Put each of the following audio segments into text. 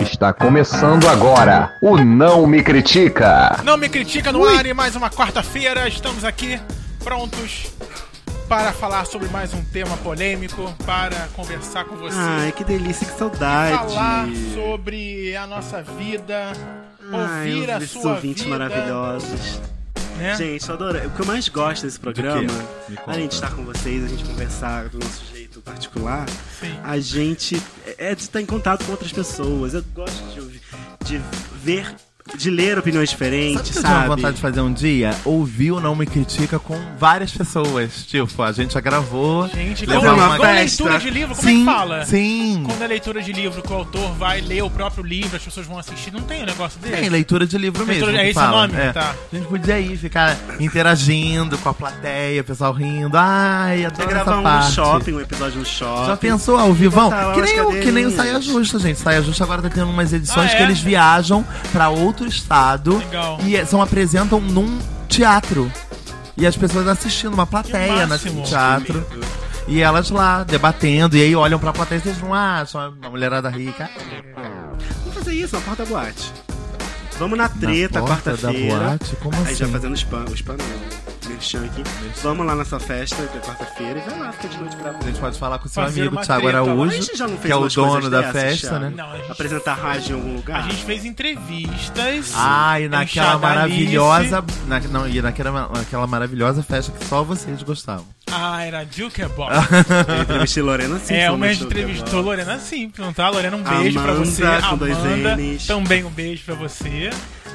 Está começando agora o Não Me Critica. Não me critica no ar e mais uma quarta-feira. Estamos aqui prontos para falar sobre mais um tema polêmico, para conversar com você, Ai, que delícia, que saudade. falar sobre a nossa vida, Ai, ouvir a os sua ouvintes vida, maravilhosos. né? Gente, eu adoro. O que eu mais gosto desse programa, Me conta. além de estar com vocês, a gente conversar do nosso jeito particular, Sim. a gente é de estar em contato com outras pessoas. Eu gosto de, ouvir- de ver, de ler opiniões Sabe o diferentes, que eu tenho sabe? vontade de fazer um dia? Ouvir o Não Me Critica com várias pessoas. Tipo, a gente já gravou. Gente, levar como, uma igual a festa. leitura de livro, como sim, é que fala? Sim. Quando é leitura de livro que o autor vai ler o próprio livro, as pessoas vão assistir, não tem um negócio desse? Tem leitura de livro Leitura- mesmo. é que esse fala. o nome? Tá. A gente podia ir ficar interagindo com a plateia, o pessoal rindo. Ai, Vou adoro gravar essa um parte. shopping, um episódio no shopping. Já pensou ao vivão? Botar lá Que nas nem, o, que nem o cadeirinhas. Saia Justa, gente. Saia Justa agora tá tendo umas edições Ah, é? que eles viajam pra outro estado Legal. e é- são apresentam num teatro. E as pessoas assistindo, uma plateia nesse máximo. teatro. E elas lá, debatendo, e aí olham pra plateia e vocês vão, ah, só uma mulherada rica. Vamos fazer isso, na porta da boate. Vamos na treta, Na porta da quarta-feira. boate? Como Aí assim? já fazendo spam, o spam não, merchan aqui. Vamos lá nessa festa, que é quarta-feira, e vai lá, fica de noite A gente gravando. pode falar com seu Fazer amigo uma Thiago treta lá. Araújo, A gente já não fez que é o umas dono coisas da dessas, festa, Thiago? né? Não, a gente, Apresentar rádio em algum a lugar. gente fez entrevistas. Ai, naquela enxadalice. maravilhosa. na- não, e naquela, naquela maravilhosa festa que só vocês gostavam. Ah, era Jukebox. Eu entrevistei Lorena Simpson. um É, o mas Mestre tudo bem, entrevistou bom. Lorena Simpson, tá? Lorena, um beijo pra Amanda, você. com dois Amanda, Ns. também um beijo pra você.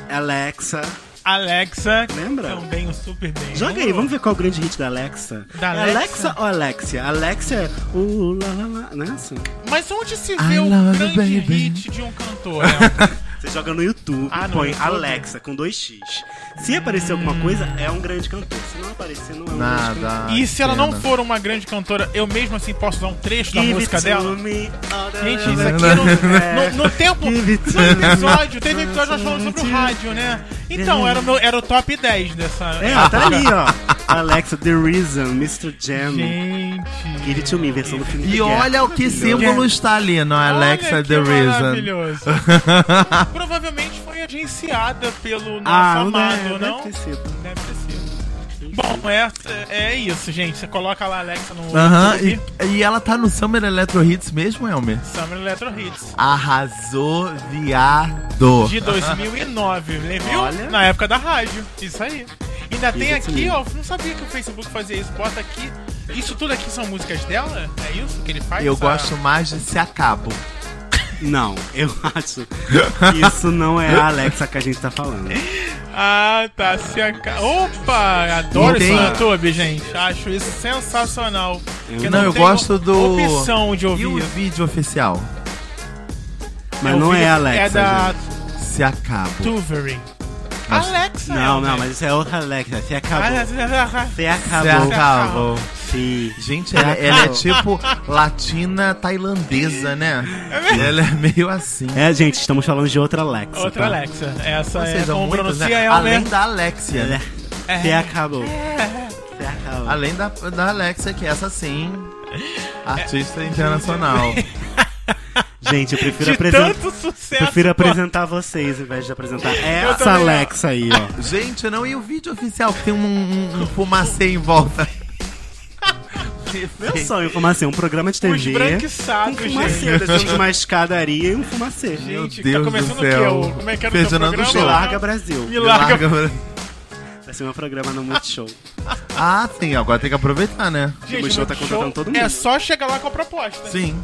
Alexa. Alexa, Lembra? também um super beijo. Joga aí, vamos ver qual é o grande hit da Alexa. Da É Alexa? ou Alexia? Alexia é. Uh, lá, lá, lá, não é assim? Mas onde se I vê o love grande you, baby. hit de um cantor? né? Você joga no YouTube, Ah, no põe YouTube? Alexa com dois X. Se aparecer alguma coisa, é um grande cantor. Se não aparecer, não é um grande cantor. Nada. e se ela não pena. for uma grande cantora, eu mesmo assim posso dar um trecho da Give música it to dela? me, all the Gente, way. isso aqui É. no, no, no tempo, Give it no episódio, teve episódio nós falamos sobre o rádio, né? Então, era o, meu, era o top 10 dessa... É, ó, tá ali, ó. Alexa, The Reason, Mr. Jam. Gente... Give it to me, versão do filme. E do olha o que símbolo está ali no Alexa Olha que The Reason. Maravilhoso. Provavelmente foi agenciada pelo nosso Ah, amado, amado, né? não? Deve ter sido. Deve ter sido. Bom, é, é isso, gente. Você coloca lá a Alexa no Aham, YouTube, e, e ela tá no Summer Electro Hits mesmo, Elmer? Summer Electro Hits. Arrasou, viado. De 2009, né, viu? Olha. Na época da rádio. Isso aí. Ainda tem aqui, Isso mesmo. ó. Não sabia que o Facebook fazia isso. Bota aqui. Isso tudo aqui são músicas dela? É isso que ele faz? Eu Ah, gosto mais de Se Acabo. Não, eu acho. que Isso não é a Alexa que a gente tá falando. É Ah, tá. Se aca... Opa! Adoro esse tem- YouTube, gente. Acho isso sensacional. Porque Não, eu tem gosto do. Opção de E o ouvir. vídeo oficial? Mas o não vídeo é a Alexa. É da gente. Se Acabo. Tuvery. Mas- Alexa. Não, não, né? mas tá isso é outra Alexa. Você acabou. Ah, Você Se acabou. Acabo. Sim. Gente, ela, ela é tipo latina tailandesa, né? Ela é meio assim. É, gente, estamos falando de outra Alexa. Outra tá? Alexa. Essa Ou é seja, como muitos, pronuncia né? é Além Alexa. da Alexia. né? É. Você acabou. Você acabou. Além da, da Alexia, que é essa sim, É. artista internacional. Gente, eu prefiro De apresentar. tanto sucesso. Prefiro apresentar vocês em vez de apresentar essa também. Alexa aí, ó. Gente, não, e o vídeo oficial que tem um, um, um fumacê em volta? Meu sonho, fumacê, um programa de Os TV. Um branquiçados, gente. fumacê, descendo de uma escadaria e um fumacê. Meu Gente, tá Deus começando do o quê? céu. O- Como é que era Ferdinando o teu Me Show. programa? larga Brasil. Me larga. Vai ser um programa no Multishow. Ah, sim, agora tem que aproveitar, né? Gente, O Multishow tá Multishow contratando todo mundo. É só chegar lá com a proposta. Sim.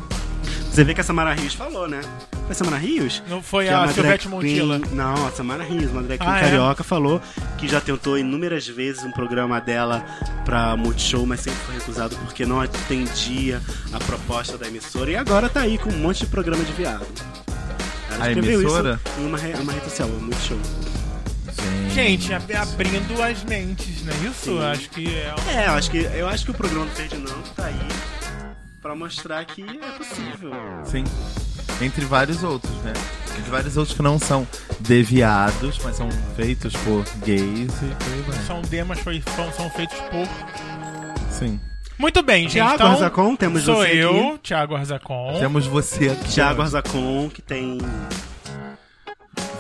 Você vê que a Samara Rios falou, né? Foi a Samara Rios? Não foi Que é a uma Silvete drag Montilla. queen- Não, a Samara Rios, uma drag queen Ah, é? carioca, falou que já tentou inúmeras vezes um programa dela pra Multishow, mas sempre foi recusado porque não atendia a proposta da emissora. E agora tá aí com um monte de programa de viado. Ela A escreveu emissora? Isso em uma, re- uma rede social, o Multishow. Gente, ab- abrindo as mentes, né? Isso, Sim. acho que é um... É, eu acho que, eu acho que o programa do Ferdinando tá aí pra mostrar que é possível. Sim. Entre vários outros, né? Entre vários outros que não são deviados, mas são feitos por gays e por aí vai. são demas foi, são, são feitos por. Sim. Muito bem, gente. Tiago então, Arzacon, temos sou você aqui. Hum? é um eu, Thiago Arzacon. Temos você aqui. Thiago Arzacon, que tem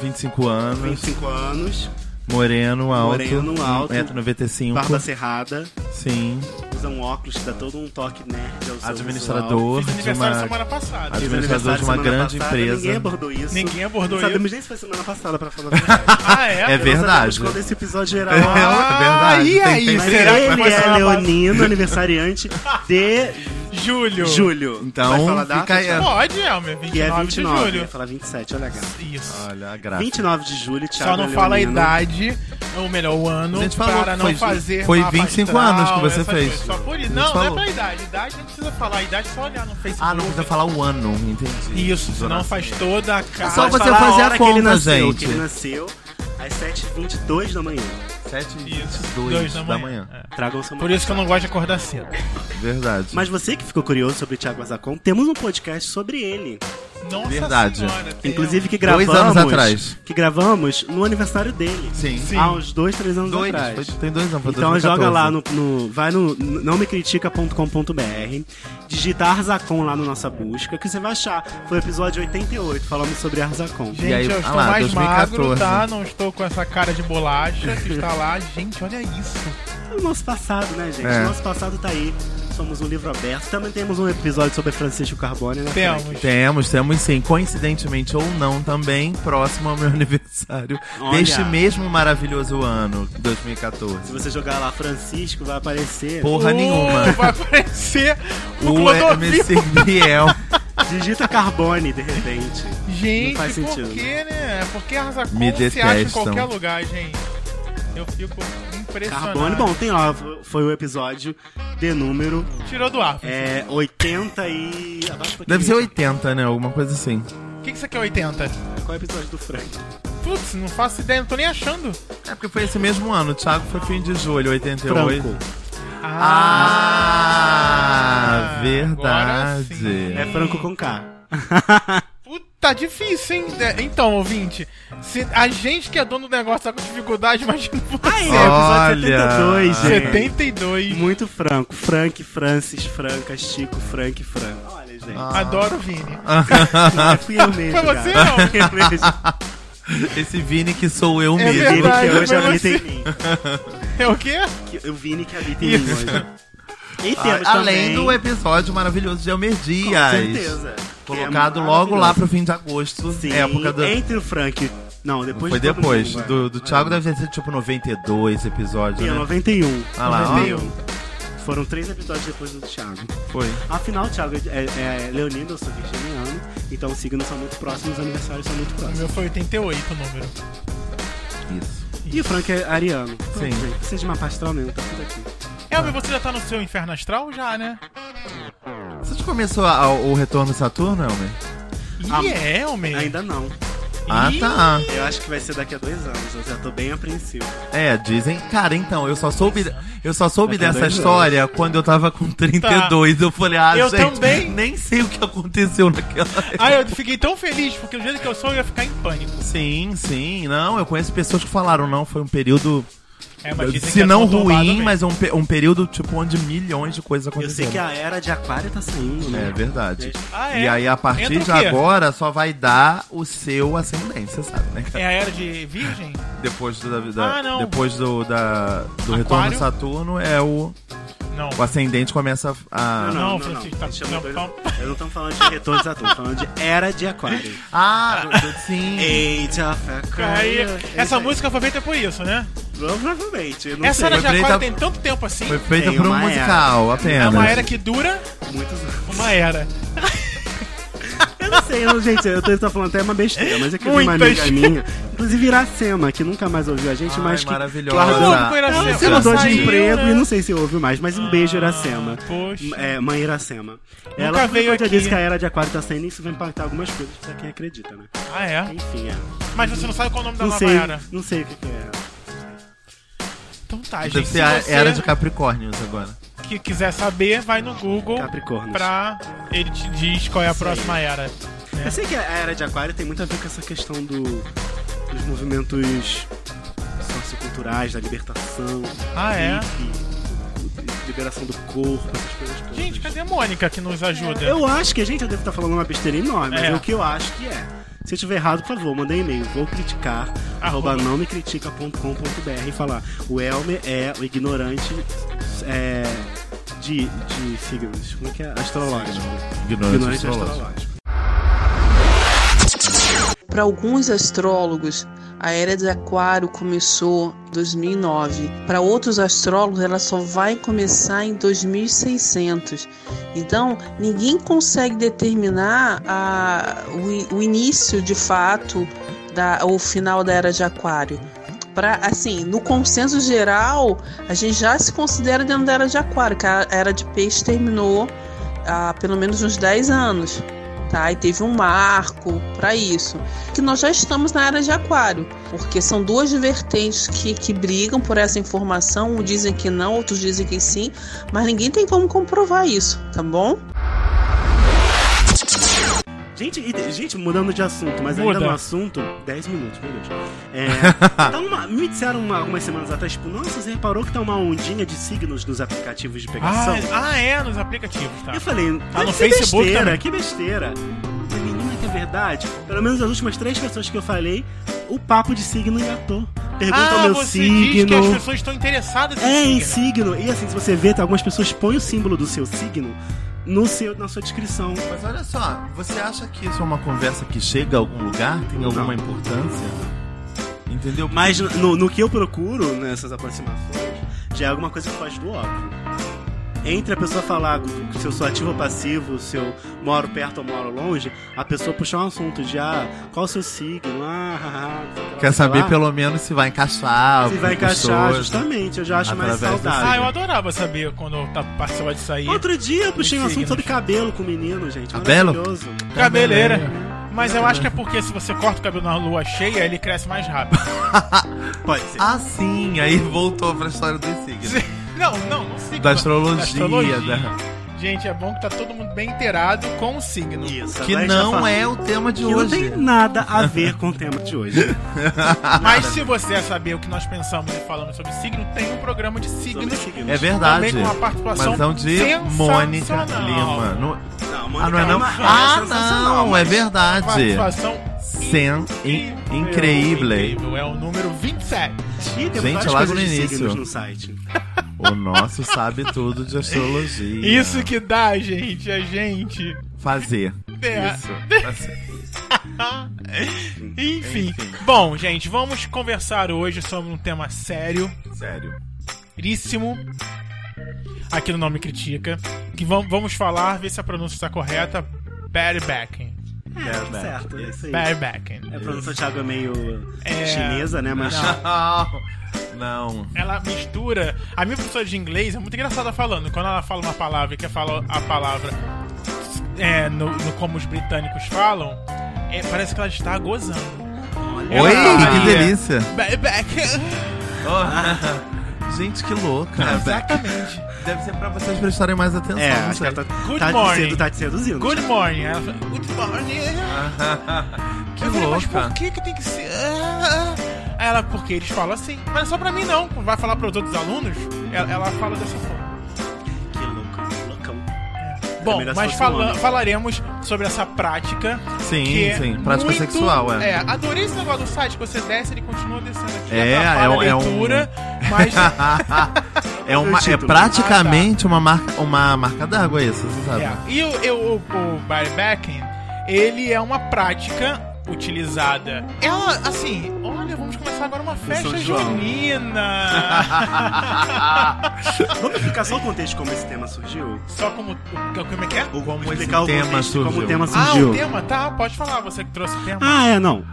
25 anos, 25 anos, moreno, alto, Moreno, alto, 1,95m. barba cerrada, Sim, usa um óculos que dá todo um toque nerd ao seu visual. administrador Fiz de aniversário uma semana passada. Ad- Fiz administrador de uma aniversário semana grande passada, empresa. Ninguém abordou isso. Ninguém abordou Não isso. sabemos nem se foi semana passada, pra falar a verdade. Ah, é? É Não sabemos verdade. quando esse episódio irá É ao ar. verdade. e aí, tem, Mas tem- será que vai ele ser é uma- leonino, aniversariante de Julho. julho. Vai falar a Então, data, fica aí. Thiago? Pode, Elmer. Que é 29 de 29, eu ia julho. falar 27, olha gato. Isso. Olha a graça. 29 de julho, Thiago Só não fala a Leonino. idade, ou melhor, o ano, é um A gente falou para que não foi- fazer. foi mapa 25 astral, anos que você essas fez. coisas. Só por A isso. gente Não, não falou. é pra idade. Idade não precisa falar. Idade é só olhar no Facebook. Ah, não precisa falar o ano, entendi. Isso, senão faz toda a cara. É só Pode você falar fazer a hora que ele conta, nasceu, gente. Que ele nasceu às 7h22 da manhã. 7 e Isso, 22 da, manhã. Tragam sua É. Por isso que eu não gosto de acordar cedo. Verdade. Mas você que ficou curioso sobre o Thiago Azacon, temos um podcast sobre ele. Nossa Verdade. Senhora, tem- Inclusive que É. Dois gravamos... anos atrás. Que gravamos no aniversário dele. Sim. Sim. Há uns dois, três anos dois, atrás. foi- tem dois anos, foi Então 2014. joga lá no, no- vai no nãomecritica.com.br, digita Arzacon lá na nossa busca, que você vai achar. Foi o episódio 88, falamos sobre Arzacon. Gente, E aí, eu ah estou lá, mais 2014. magro, tá? Não estou com essa cara de bolacha que está lá. Gente, olha isso. O nosso passado, né, gente? É. O nosso passado tá aí. Somos um livro aberto. Também temos um episódio sobre Francisco Carbone, né? um. Temos. Frank? Temos, temos sim. Coincidentemente ou não, também próximo ao meu aniversário Olha. deste mesmo maravilhoso ano, Se 2014. você jogar lá Francisco, vai aparecer. Porra Uh, nenhuma. Vai aparecer o, O Clodovil. MC Biel. Digita Carbone, de repente. Gente, Não faz por sentido. que, né? Por que a Arzacon Me se acha em detestam. qualquer lugar, gente? Eu fico impressionado. Carbone, é bom, tem lá. Foi o episódio de número Tirou do ar. é, 80 e. abaixa um pouquinho. Deve ser 80, né? Alguma coisa assim. O que, que isso aqui é 80? Qual é o episódio do Frank? Putz, não faço ideia, não tô nem achando. É porque foi esse mesmo ano. O Thiago foi fim de julho, 88. Franco. Ah, Ah, agora verdade. sim. É Franco com K. Puta, difícil, hein? É, Então, ouvinte, se a gente que é dono do negócio tá com dificuldade, imagina Ai, você. episódio Olha. 72, gente. 72. Muito franco. Frank, Francis, Franca, Chico, Frank, Franco. Olha, gente. Ah. Adoro o Vini. Não, fui eu mesmo. Foi você, cara. assim, não? Fui eu mesmo. Esse Vini que sou eu É mesmo. Vini Verdade, assim? que hoje foi habita você. em mim. É o quê? Que- O Vini que habita em mim Isso. hoje. E Ah, temos Além também, do episódio maravilhoso de Elmer com Dias. certeza. que é Colocado logo lá pro maravilhoso. fim de agosto. Sim, É, época do. entre o Frank... Não, depois Foi de todo depois. mundo, Do, né? do Thiago deve ser tipo 92 episódios, Sim, né? 91. Ah lá, ó. 91. Foram três episódios depois do Thiago. Foi. Afinal, Thiago é, é leonino, eu sou virginiano, então os signos são muito próximos, os aniversários são muito O próximos. meu foi 88 o número. Isso. E o Frank é ariano. Pronto, Sim. gente, precisa de mapa astral mesmo, tá tudo aqui. Elmer, você já tá no seu inferno astral? Já, né? Você já começou a- o retorno de Saturno, Elmer? Ih, Ah, é, Elmer. Ainda não. Ah, Ih. tá. Eu acho que vai ser daqui a dois anos, eu já tô bem apreensivo. É, dizem. Cara, então, eu só soube, eu só soube Tá com dessa dois história quando eu tava com 32. Eu falei, ah, Tá. Eu gente, também. nem sei o que aconteceu naquela. Ah, eu fiquei tão feliz, porque do jeito que eu sou, eu ia ficar em pânico. Sim, sim. Não, eu conheço pessoas que falaram, não, foi um período, É, mas dizem se que não é conturbado ruim, mesmo. mas um, pe- um período, tipo, onde milhões de coisas Eu sei aconteceram. que a era de aquário tá saindo, né? É verdade. Ah, é? E aí, a partir Entra o de quê? agora, só vai dar o seu ascendência, sabe, né, cara? É a era de virgem? Depois do, da, da- É. Ah, não. Depois do, da, do retorno de Saturno, é o, Não. o ascendente começa a... Não, não, não, Não, não. Francisco, tá- Eles chamam não, dois- calma. Eu não tô falando de retorno de Saturno, tô falando de era de aquário. Ah, do- do- É, sim. Age of Aí, Aquário. essa música foi feita por isso, né? Provavelmente, eu não Essa sei. era de Foi feita- aquário tem tanto tempo assim. Foi feita Tem por um uma era. musical, apenas. É uma era que dura Muitos anos. uma era. Eu não sei, eu, gente, eu tô, tô falando até uma besteira, mas é que eu vi uma Muitas. amiga minha, inclusive Iracema, que nunca mais ouviu a gente, Ai, mas que... maravilhosa. que largou- Louco, Iracema. Ela se Ah, mudou de assim, Saiu, emprego né? Ah, e não sei se ouve mais, mas um beijo, Iracema. Poxa. É, mãe Iracema. Ela foi veio quando eu aqui. disse que a era de aquário tá saindo, isso vai impactar algumas coisas pra quem acredita, né? Ah, é? Enfim, é. Mas você não sabe qual é o nome da Não nova sei, era. não sei o que, que é. Então tá, gente. Deve Se ser a você era de Capricórnios agora. que quiser saber, vai no Google Capricórnios. pra ele te diz qual é a próxima era. Eu sei que a era de aquário tem muito a ver com essa questão do, dos movimentos socioculturais, da libertação, Ah, é? hippie, liberação do corpo, essas coisas todas. Gente, cadê a Mônica que nos ajuda? Ah, É, Eu acho que a gente já deve estar falando uma besteira enorme, mas É. é o que eu acho que é. Se eu tiver errado, por favor, manda um e-mail. Vou criticar, arroba não me critica.com.br e falar. O Elmer é o ignorante é, de, de signos. Como é que é? Astrológico. Ignorante astrológico. astrológico. Para alguns astrólogos, a era de Aquário começou em 2009. Para outros astrólogos, ela só vai começar em 2600. Então, ninguém consegue determinar a- o, i- o início de fato da, ou o final da era de Aquário. Pra, assim, no consenso geral, a gente já se considera dentro da era de Aquário, que a era de Peixe terminou há pelo menos uns 10 anos. Tá? E teve um marco para isso que nós já estamos na área de aquário, porque são duas vertentes que, que brigam por essa informação, um dizem que não, outros dizem que sim, mas ninguém tem como comprovar isso, tá bom? Gente, e- gente, mudando de assunto, mas ainda Muda. no assunto, 10 minutos, meu Deus. É, tá uma- me disseram uma- algumas semanas atrás, tipo, nossa, você reparou que tá uma ondinha de signos nos aplicativos de pegação? Ah, ah, é, nos aplicativos, tá? Eu falei, no que Facebook besteira, também. que besteira. Mas, Menina, que é verdade. Pelo menos as últimas três pessoas que eu falei, o papo de signo engatou. Pergunta ah, o meu você diz que as signo. pessoas estão interessadas em É, em signo. signo. E assim, se você vê, tá, algumas pessoas põem o símbolo do seu signo no seu, na sua descrição. Mas olha só, você acha que isso é uma conversa que chega a algum lugar? Tem alguma importância? Entendeu? Mas no, no que eu procuro nessas aproximações, já é alguma coisa que faz do óbvio. Entre a pessoa falar se eu sou ativo ou passivo, se eu moro perto ou moro longe, a pessoa puxar um assunto de ah, qual o seu signo, ah, ah, ah, sei lá, sei Quer saber lá. pelo menos se vai encaixar. se com vai encaixar, pessoas. justamente, eu já acho mais Através do Ah, eu saudável. adorava saber quando tá, eu tava participando disso aí. Outro dia eu puxei um Signos. assunto sobre cabelo com o menino, gente. Cabelo? Maravilhoso. Cabeleira. Mas eu acho que é porque se você corta o cabelo na lua cheia, ele cresce mais rápido. Pode ser. Ah, sim, aí voltou pra história dos signos. Não, não, não signo. Da astrologia, Da... Gente, é bom que tá todo mundo bem inteirado com o signo. Isso, Que agora a gente vai não falar é o tema de que não hoje. tem nada a ver com o tema de hoje. Ah, Mas se você é saber o que nós pensamos e falamos sobre signo, tem um programa de signos. Sobre signos. É verdade. Também com uma participação Mas não de Mônica sensacional. Lima. Não- Não, Ah, não Mônica é não? Lima Ah, sensacional, não, é mas- verdade. Participação Sen in- increíble. incrível. É o número 27. Ih, tem Gente, várias logo coisas no de início. signos no site. O nosso sabe tudo de astrologia. Isso que dá, gente. A gente. Fazer. É. Ah, Isso. Fazer. Enfim. Enfim. Bom, gente, vamos conversar hoje sobre um tema sério, Sério. seríssimo. Aqui no Nome Critica. Que vam- vamos falar, ver se a pronúncia está correta. Barebacking. É, certo, é isso aí. Barebacking. É, a pronúncia do Thiago é meio É. chinesa, né? Mas Não. Ela mistura. A minha professora de inglês é muito engraçada falando. Quando ela fala uma palavra e quer falar a palavra é, no, no como os britânicos falam, é, parece que ela está gozando. Oi, Ela- que delícia. Barebacking. Oh. Gente, que louca. Exatamente. Deve ser pra vocês prestarem mais atenção. é, não acho que sei. ela tá, Good tá, te morning. sedu- tá te seduzindo. Good morning. Ela fala, Good morning. que Eu falei, mas é louca. por que, que tem que ser. ah, ah?" Aí Ela, porque eles falam assim. Mas não é só pra mim, não. Vai falar pros outros alunos, ela, ela fala dessa forma. Que louco, loucão. É Bom, melhor se mas fosse fala- um homem. falaremos sobre essa prática. Sim, que é sim. Prática muito- sexual, é. É, adorei esse negócio do site, que você desce e ele continua descendo aqui. É, atrapalha é um- a é um- leitura, mas é, uma, é título. Ah, praticamente tá. uma marca, uma marca d'água isso, você sabe? É. E o, eu- o, o bybacking, ele é uma prática utilizada. Ela, assim, olha, vamos começar agora uma festa São João. junina. Vamos explicar só o contexto como esse tema surgiu? Só como. o- Como é que é? Ou Como esse explicar o tema contexto de como surgiu. o tema Ah, o surgiu? tema? Tá, pode falar, você que trouxe o tema. Ah, é, não.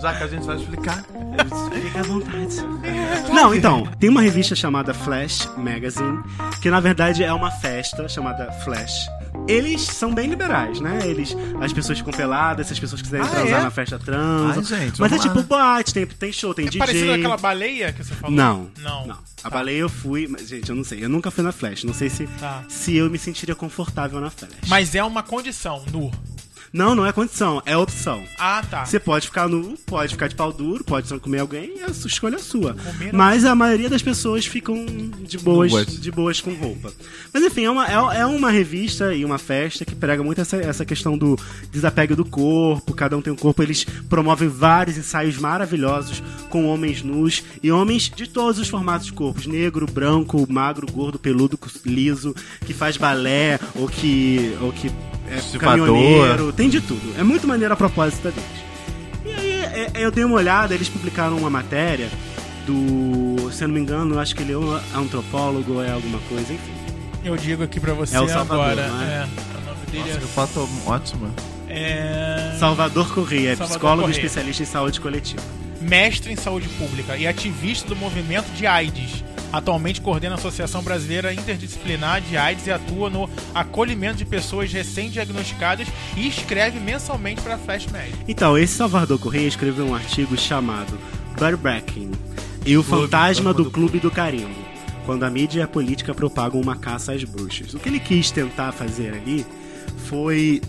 Já que a gente vai explicar. Fica à vontade. É Não, então, tem uma revista chamada Flash Magazine, que na verdade é uma festa chamada Flash. Eles são bem liberais, né? Eles, as pessoas ficam peladas, se as pessoas quiserem Ah, transar é? na festa transam. Ai, gente, Mas é vamos lá, tipo né? boate, tem, tem show, tem é DJ. parecido com aquela baleia que você falou? Não. Não. A baleia eu fui, mas gente, eu não sei. Eu nunca fui na Flash. Não sei se, Tá. se eu me sentiria confortável na Flash. Mas é uma condição, nu. Não, não é condição, é opção. Ah, tá. Você pode ficar nu, pode ficar de pau duro, pode não comer alguém, é a sua escolha sua. Comer não. Mas a maioria das pessoas ficam de boas, Nuas. de boas com roupa. Mas enfim, é uma, é, é uma revista e uma festa que prega muito essa, essa questão do desapego do corpo, cada um tem um corpo, eles promovem vários ensaios maravilhosos com homens nus e homens de todos os formatos de corpos, negro, branco, magro, gordo, peludo, cu- liso, que faz balé ou que ou que é Estivador. caminhoneiro, tem de tudo. É muito maneiro a proposta deles. E aí é, eu dei uma olhada, eles publicaram uma matéria do. Se eu não me engano, eu acho que ele é um antropólogo ou é alguma coisa, enfim. Eu digo aqui pra você É o Salvador, agora. não é? é? o nome dele Nossa, é- que foto ótima. é. Salvador Correia, é Salvador psicólogo Correia. especialista em saúde coletiva. mestre em saúde pública e ativista do movimento de AIDS. Atualmente coordena a Associação Brasileira Interdisciplinar de AIDS e atua no acolhimento de pessoas recém-diagnosticadas e escreve mensalmente para a FlashMed. Então, esse Salvador Correia escreveu um artigo chamado Burbacking e o Clube- fantasma do do clube do carimbo. Quando a mídia e a política propagam uma caça às bruxas. O que ele quis tentar fazer ali foi.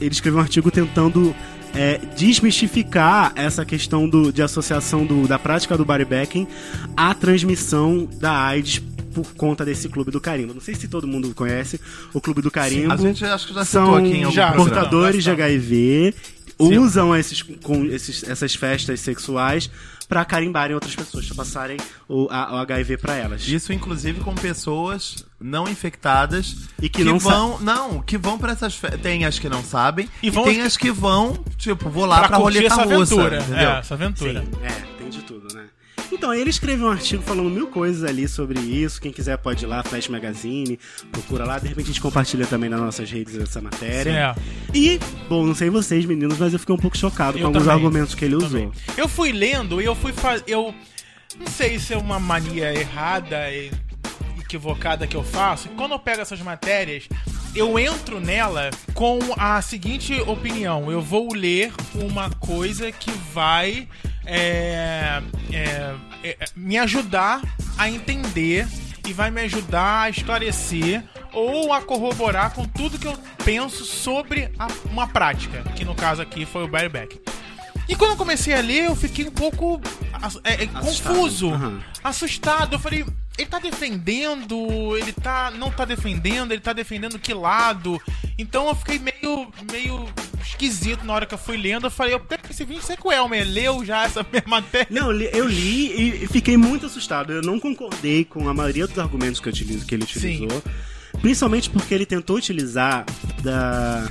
Ele escreveu um artigo tentando é, desmistificar essa questão do- de associação do- da prática do baribacking à transmissão da AIDS por conta desse clube do carimbo. Não sei se todo mundo conhece o clube do carimbo A gente acho que já citou são aqui em algum já, programa. portador. portadores de Bastante. HIV, usam esses, com esses- essas festas sexuais pra carimbarem outras pessoas, pra passarem o, a- o HIV pra elas. Isso, inclusive, com pessoas não infectadas E que não sa- vão. Não, que vão pra essas festas. Tem as que não sabem. E E, vão tem as- as que vão, tipo, vou lá pra, curtir roleta essa russa. aventura. entendeu? É, essa aventura. Sim, é, tem de tudo, né? Então, ele escreveu um artigo falando mil coisas ali sobre isso. Quem quiser pode ir lá, Flash Magazine, procura lá. De repente a gente compartilha também nas nossas redes essa matéria. É. E, bom, não sei vocês, meninos, mas eu fiquei um pouco chocado Eu com alguns também. argumentos que ele usou. Também. Eu fui lendo e eu fui fazer. Eu não sei se é uma mania errada e equivocada que eu faço. Quando eu pego essas matérias, eu entro nela com a seguinte opinião: eu vou ler uma coisa que vai é, é, é, me ajudar a entender e vai me ajudar a esclarecer ou a corroborar com tudo que eu penso sobre a- uma prática, que no caso aqui foi o bareback. E quando eu comecei a ler, eu fiquei um pouco ass- é, é, Assustado. confuso, Aham. assustado. Eu falei, ele tá defendendo, ele tá não tá defendendo, ele tá defendendo que lado? Então eu fiquei meio meio esquisito na hora que eu fui lendo. Eu falei, eu até pensei, vim sei que o Elmer né? leu já essa minha matéria. Não, li- eu li e- e fiquei muito assustado. Eu não concordei com a maioria dos argumentos que, eu utilizo, que ele utilizou. Principalmente porque ele tentou utilizar da-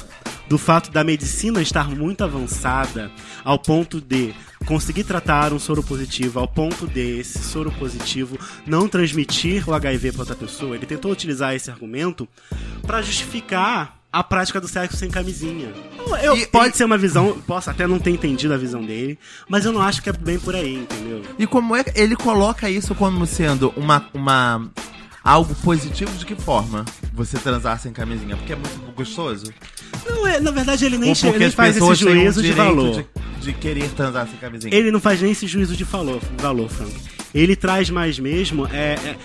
do fato da medicina estar muito avançada ao ponto de conseguir tratar um soro positivo, ao ponto de esse soro positivo não transmitir o HIV para outra pessoa. Ele tentou utilizar esse argumento para justificar a prática do sexo sem camisinha. Eu- eu- E- pode e- ser uma visão, posso até não ter entendido a visão dele, mas eu não acho que é bem por aí, entendeu? E como é que ele coloca isso como sendo uma, uma algo positivo de que forma? Você transar sem camisinha, porque é muito gostoso? Não, é, na verdade ele nem, Ou che- porque ele as faz esse pessoas têm um juízo de direito valor. de, de querer transar sem camisinha? Ele não faz nem esse juízo de valor, valor Frank. Ele traz mais mesmo. É, é-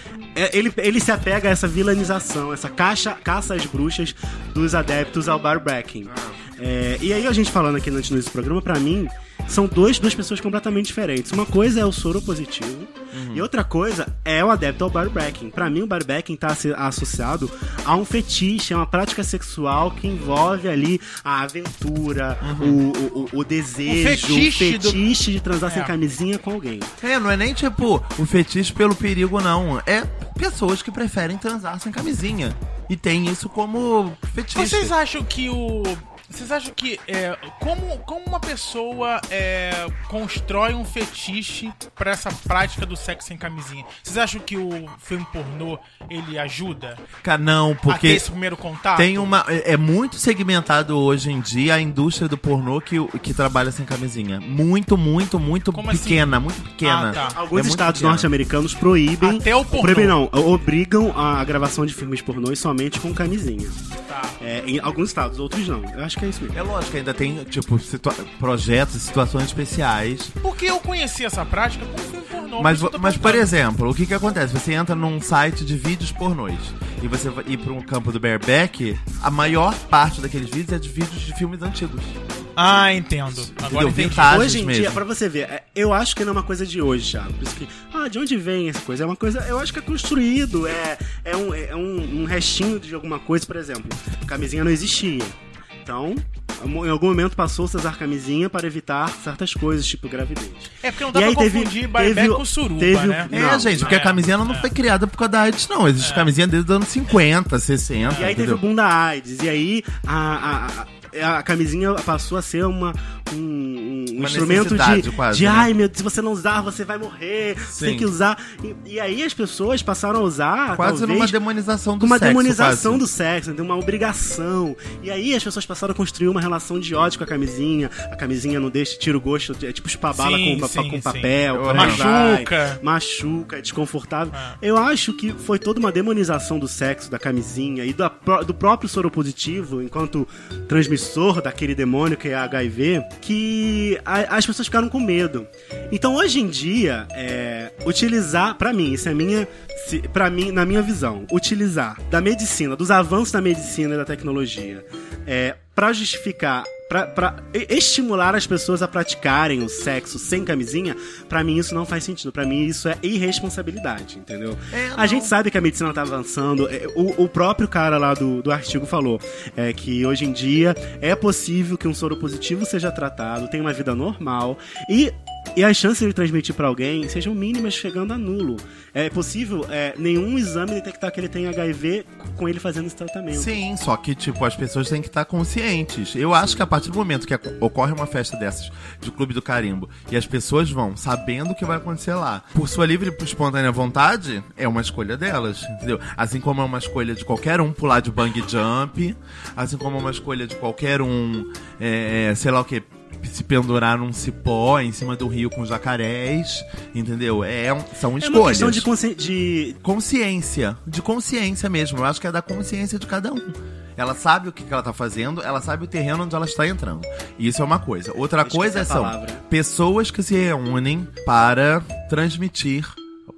é- ele, ele se apega a essa vilanização, essa caixa, caça às bruxas dos adeptos ao barbacking. É, e aí a gente falando aqui antes nesse programa, pra mim, são dois, duas pessoas completamente diferentes. Uma coisa é o soro positivo e outra coisa é o adepto ao barbacking. Pra mim, o barbacking tá se- associado a um fetiche, é uma prática sexual que envolve ali a aventura, o, o- o- o desejo, fetiche do- Uhum. fetiche de transar sem É. camisinha com alguém. É, não é nem tipo o fetiche pelo perigo, não. É pessoas que preferem transar sem camisinha. E tem isso como fetiche. Vocês acham que o vocês acham que é, como, como uma pessoa é, constrói um fetiche pra essa prática do sexo sem camisinha? Vocês acham que o filme pornô ele ajuda? Cara, não, Porque porque esse primeiro contato? tem uma. É é muito segmentado hoje em dia a indústria do pornô que, que trabalha sem camisinha. Muito, muito, muito Como assim? pequena, muito pequena. Ah, tá. Alguns É muito estados pequena. norte-americanos proíbem. Até o pornô. Ah, Proíbem não, obrigam a gravação de filmes pornôs somente com camisinha. Tá. É, em alguns estados, outros não. Eu acho que é isso mesmo. É lógico, ainda tem, tipo, situa- projetos, situações especiais. Porque eu conheci essa prática com o filme pornô. pornô. Mas, isso que eu tô mas, por perguntando. exemplo, o que que acontece? Você entra num site de vídeos pornôs e você vai ir para um campo do bareback, a maior parte daqueles vídeos é de vídeos de filmes antigos. Ah, entendo. Agora Entendeu? entendi. Vintage Hoje em mesmo. dia, pra você ver, é, eu acho que não é uma coisa de hoje, Thiago. Por isso que, ah, de onde vem essa coisa? É uma coisa, eu acho que é construído, é, é, um, é um, um restinho de alguma coisa, por exemplo. Camisinha não existia. Então, em algum momento passou-se a usar camisinha para evitar certas coisas, tipo gravidez. É porque não dá pra confundir Barbeck teve- com Suruba, teve o- né? É, Não, gente, porque é, a camisinha ela não é. foi criada por causa da AIDS, não. Existe camisinha desde os anos 50, 60, E aí teve o entendeu? boom da AIDS, e aí a, a, a- a camisinha passou a ser uma, um- um, um Uma instrumento de, necessidade, quase, de né? ai meu, Deus, se você não usar, você vai morrer, você tem Sim. que usar. E, e aí as pessoas passaram a usar, Quase talvez, numa demonização do com uma sexo, demonização quase. do sexo, de uma obrigação. E aí as pessoas passaram a construir uma relação de ódio com a camisinha. A camisinha não deixa, tira o gosto, é tipo espabala Sim, com, pa- sim, com sim. papel, Eu com amo. vai, Machuca. machuca, é desconfortável. Ah. Eu acho que foi toda uma demonização do sexo, da camisinha e da pró- do próprio soro positivo, enquanto transmissor daquele demônio que é HIV, que a- as pessoas ficaram com medo. Então hoje em dia, é, utilizar, pra mim, isso é minha, se, pra mim, na minha visão, utilizar da medicina, dos avanços da medicina e da tecnologia, é, para justificar, pra- pra e- estimular as pessoas a praticarem o sexo sem camisinha, pra mim isso não faz sentido. Pra mim isso é irresponsabilidade, entendeu? Tá É, a gente sabe que a medicina tá avançando. é, O, o próprio cara lá do, do artigo falou é, que hoje em dia é possível que um soro positivo seja tratado, tenha uma vida normal e e as chances de ele transmitir pra alguém sejam mínimas, chegando a nulo. É possível é, nenhum exame detectar que ele tem HIV com ele fazendo esse tratamento. Sim, só que, tipo, as pessoas têm que estar conscientes. Eu acho que a partir do momento que ac- ocorre uma festa dessas, de Clube do Carimbo, e as pessoas vão sabendo o que vai acontecer lá, por sua livre e espontânea vontade, é uma escolha delas, entendeu? Assim como é uma escolha de qualquer um pular de bang jump, assim como é uma escolha de qualquer um, é, é, sei lá o que, se pendurar num cipó em cima do rio com jacarés, entendeu? É, um- são É uma escolhas questão de, consci- de consciência, de consciência mesmo. Eu acho que é da consciência de cada um. Ela sabe o que que ela tá fazendo, ela sabe o terreno onde ela está entrando. Isso é uma coisa. Outra Esqueci coisa a são palavra. pessoas que se reúnem para transmitir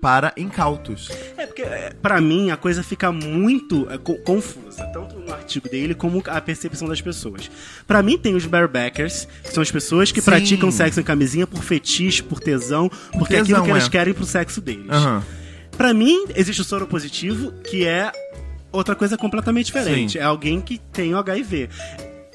para incautos. É porque, é, pra mim, a coisa fica muito é, co- confusa, tanto no artigo dele como a percepção das pessoas. Pra mim, tem os barebackers, que são as pessoas que Sim. praticam sexo em camisinha por fetiche, por tesão, porque é aquilo tesão, que elas é. querem pro sexo deles. Aham. Pra mim, existe o soro positivo, que é outra coisa completamente diferente. Sim. É alguém que tem o HIV.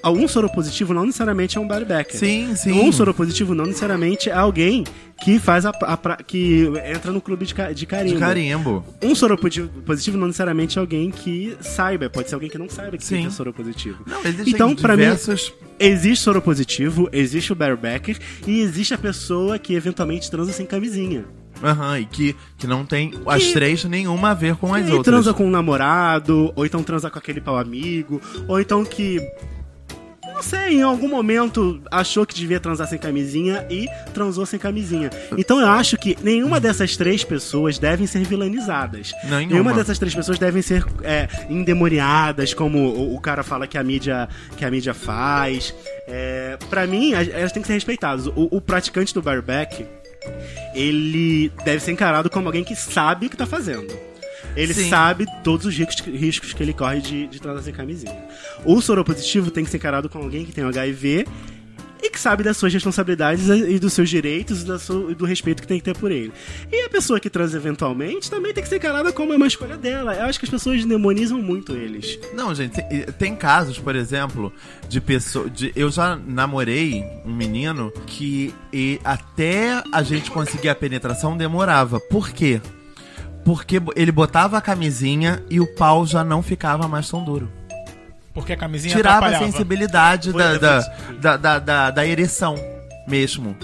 Um soro positivo não necessariamente é um barebacker. Sim, sim. Um soro positivo não necessariamente é alguém que faz a, a pra- que entra no clube de, ca, de de carimbo. carimbo. Um soro podi- positivo não necessariamente é alguém que saiba, pode ser alguém que não saiba que Sim. seja soro positivo. Não, existem Então, pra mim- diversos Existe soro positivo, existe o barebacker e existe a pessoa que eventualmente transa sem camisinha. Aham, e que, que não tem as três nenhuma a ver com as e aí outras. transa com um namorado, ou então transa com aquele pau amigo, ou então que. Não sei, em algum momento achou que devia transar sem camisinha e transou sem camisinha. Então eu acho que nenhuma dessas três pessoas devem ser vilanizadas. Nenhuma. Nenhuma dessas três pessoas devem ser é, endemoniadas, como o, o cara fala que a mídia, que a mídia faz. É, para mim, as- elas têm que ser respeitadas. O, o praticante do barback, ele deve ser encarado como alguém que sabe o que tá fazendo. Ele Sim. sabe todos os riscos, riscos que ele corre de, de transar sem camisinha. O soropositivo tem que ser encarado como alguém que tem HIV e que sabe das suas responsabilidades e dos seus direitos e da sua- e do respeito que tem que ter por ele. E a pessoa que transa eventualmente também tem que ser encarada como é uma escolha dela. Eu acho que as pessoas demonizam muito eles. Não, gente, tem- tem casos, por exemplo, de pessoa. De, eu já namorei um menino que e, até a gente conseguir a penetração demorava. Por quê? Porque bo- ele botava a camisinha e o pau já não ficava mais tão duro. Porque a camisinha Tirava a atrapalhava. sensibilidade Foi da, da, depois. da, da, da- da ereção mesmo.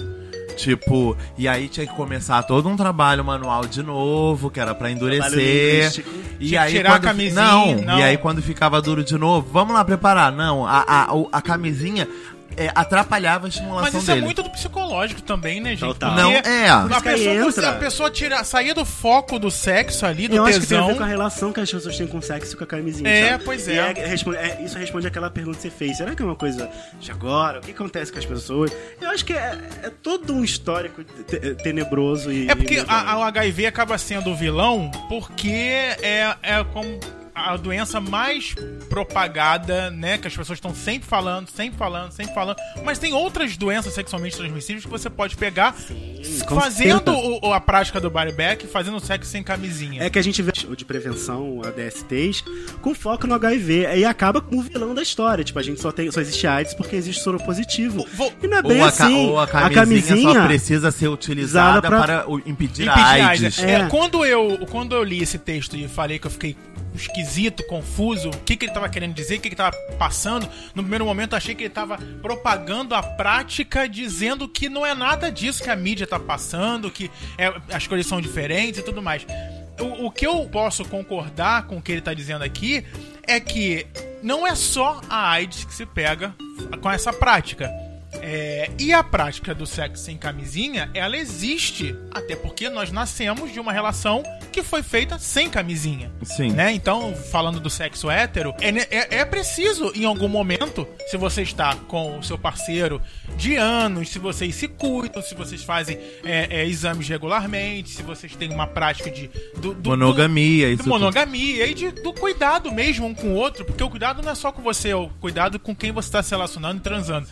Tipo, e aí tinha que começar todo um trabalho manual de novo, que era pra endurecer. Trabalho linguístico. E Tinha que aí, tirar a quando, camisinha, Não, não. e aí quando ficava duro de novo, vamos lá preparar. Não, a, a, o- a camisinha é, atrapalhava a estimulação Mas isso dele. é muito do psicológico também, né, gente? Total. Não, Porque é. A que aí pessoa, entra. a pessoa tira, saía do foco do sexo ali, do Eu acho que tem a tesão. ver com a relação que as pessoas têm com o sexo e com a camisinha. É, sabe? pois E é. responde- é, Isso responde aquela pergunta que você fez. Será que é uma coisa de agora? O que acontece com as pessoas? Eu acho que é, é todo um histórico te- tenebroso e. É porque e a, a- o HIV acaba sendo o vilão porque é, é como a doença mais propagada, né? Que as pessoas estão sempre falando, sempre falando, sempre falando. Mas tem outras doenças sexualmente transmissíveis que você pode pegar com fazendo certeza. o- o- a prática do body back, fazendo sexo sem camisinha. É que a gente vê o de prevenção, a DSTs, com foco no HIV. E acaba com o vilão da história. Tipo, a gente só, tem, só existe AIDS porque existe soro positivo. Vou- E não é bem Ou a, ca- assim. ou a camisinha, só precisa ser utilizada usada pra- para o- impedir, a Impedir AIDS. AIDS. É, quando, eu, quando eu li esse texto e falei que eu fiquei esquisito, confuso, o que, que ele estava querendo dizer, o que, que ele estava passando, no primeiro momento eu achei que ele estava propagando a prática, dizendo que não é nada disso que a mídia está passando, que é- as coisas são diferentes e tudo mais. O, o que eu posso concordar com o que ele está dizendo aqui é que não é só a AIDS que se pega com essa prática. É, e a prática do sexo sem camisinha, ela existe, até porque nós nascemos de uma relação que foi feita sem camisinha. Sim. Né? Então, falando do sexo hétero, é, ne- é, é preciso, em algum momento, se você está com o seu parceiro de anos, se vocês se cuidam, se vocês fazem é, é, exames regularmente, se vocês têm uma prática de. do- do- do- Monogamia, isso de monogamia e de, do cuidado mesmo um com o outro, porque o cuidado não é só com você, é o cuidado com quem você está se relacionando e transando.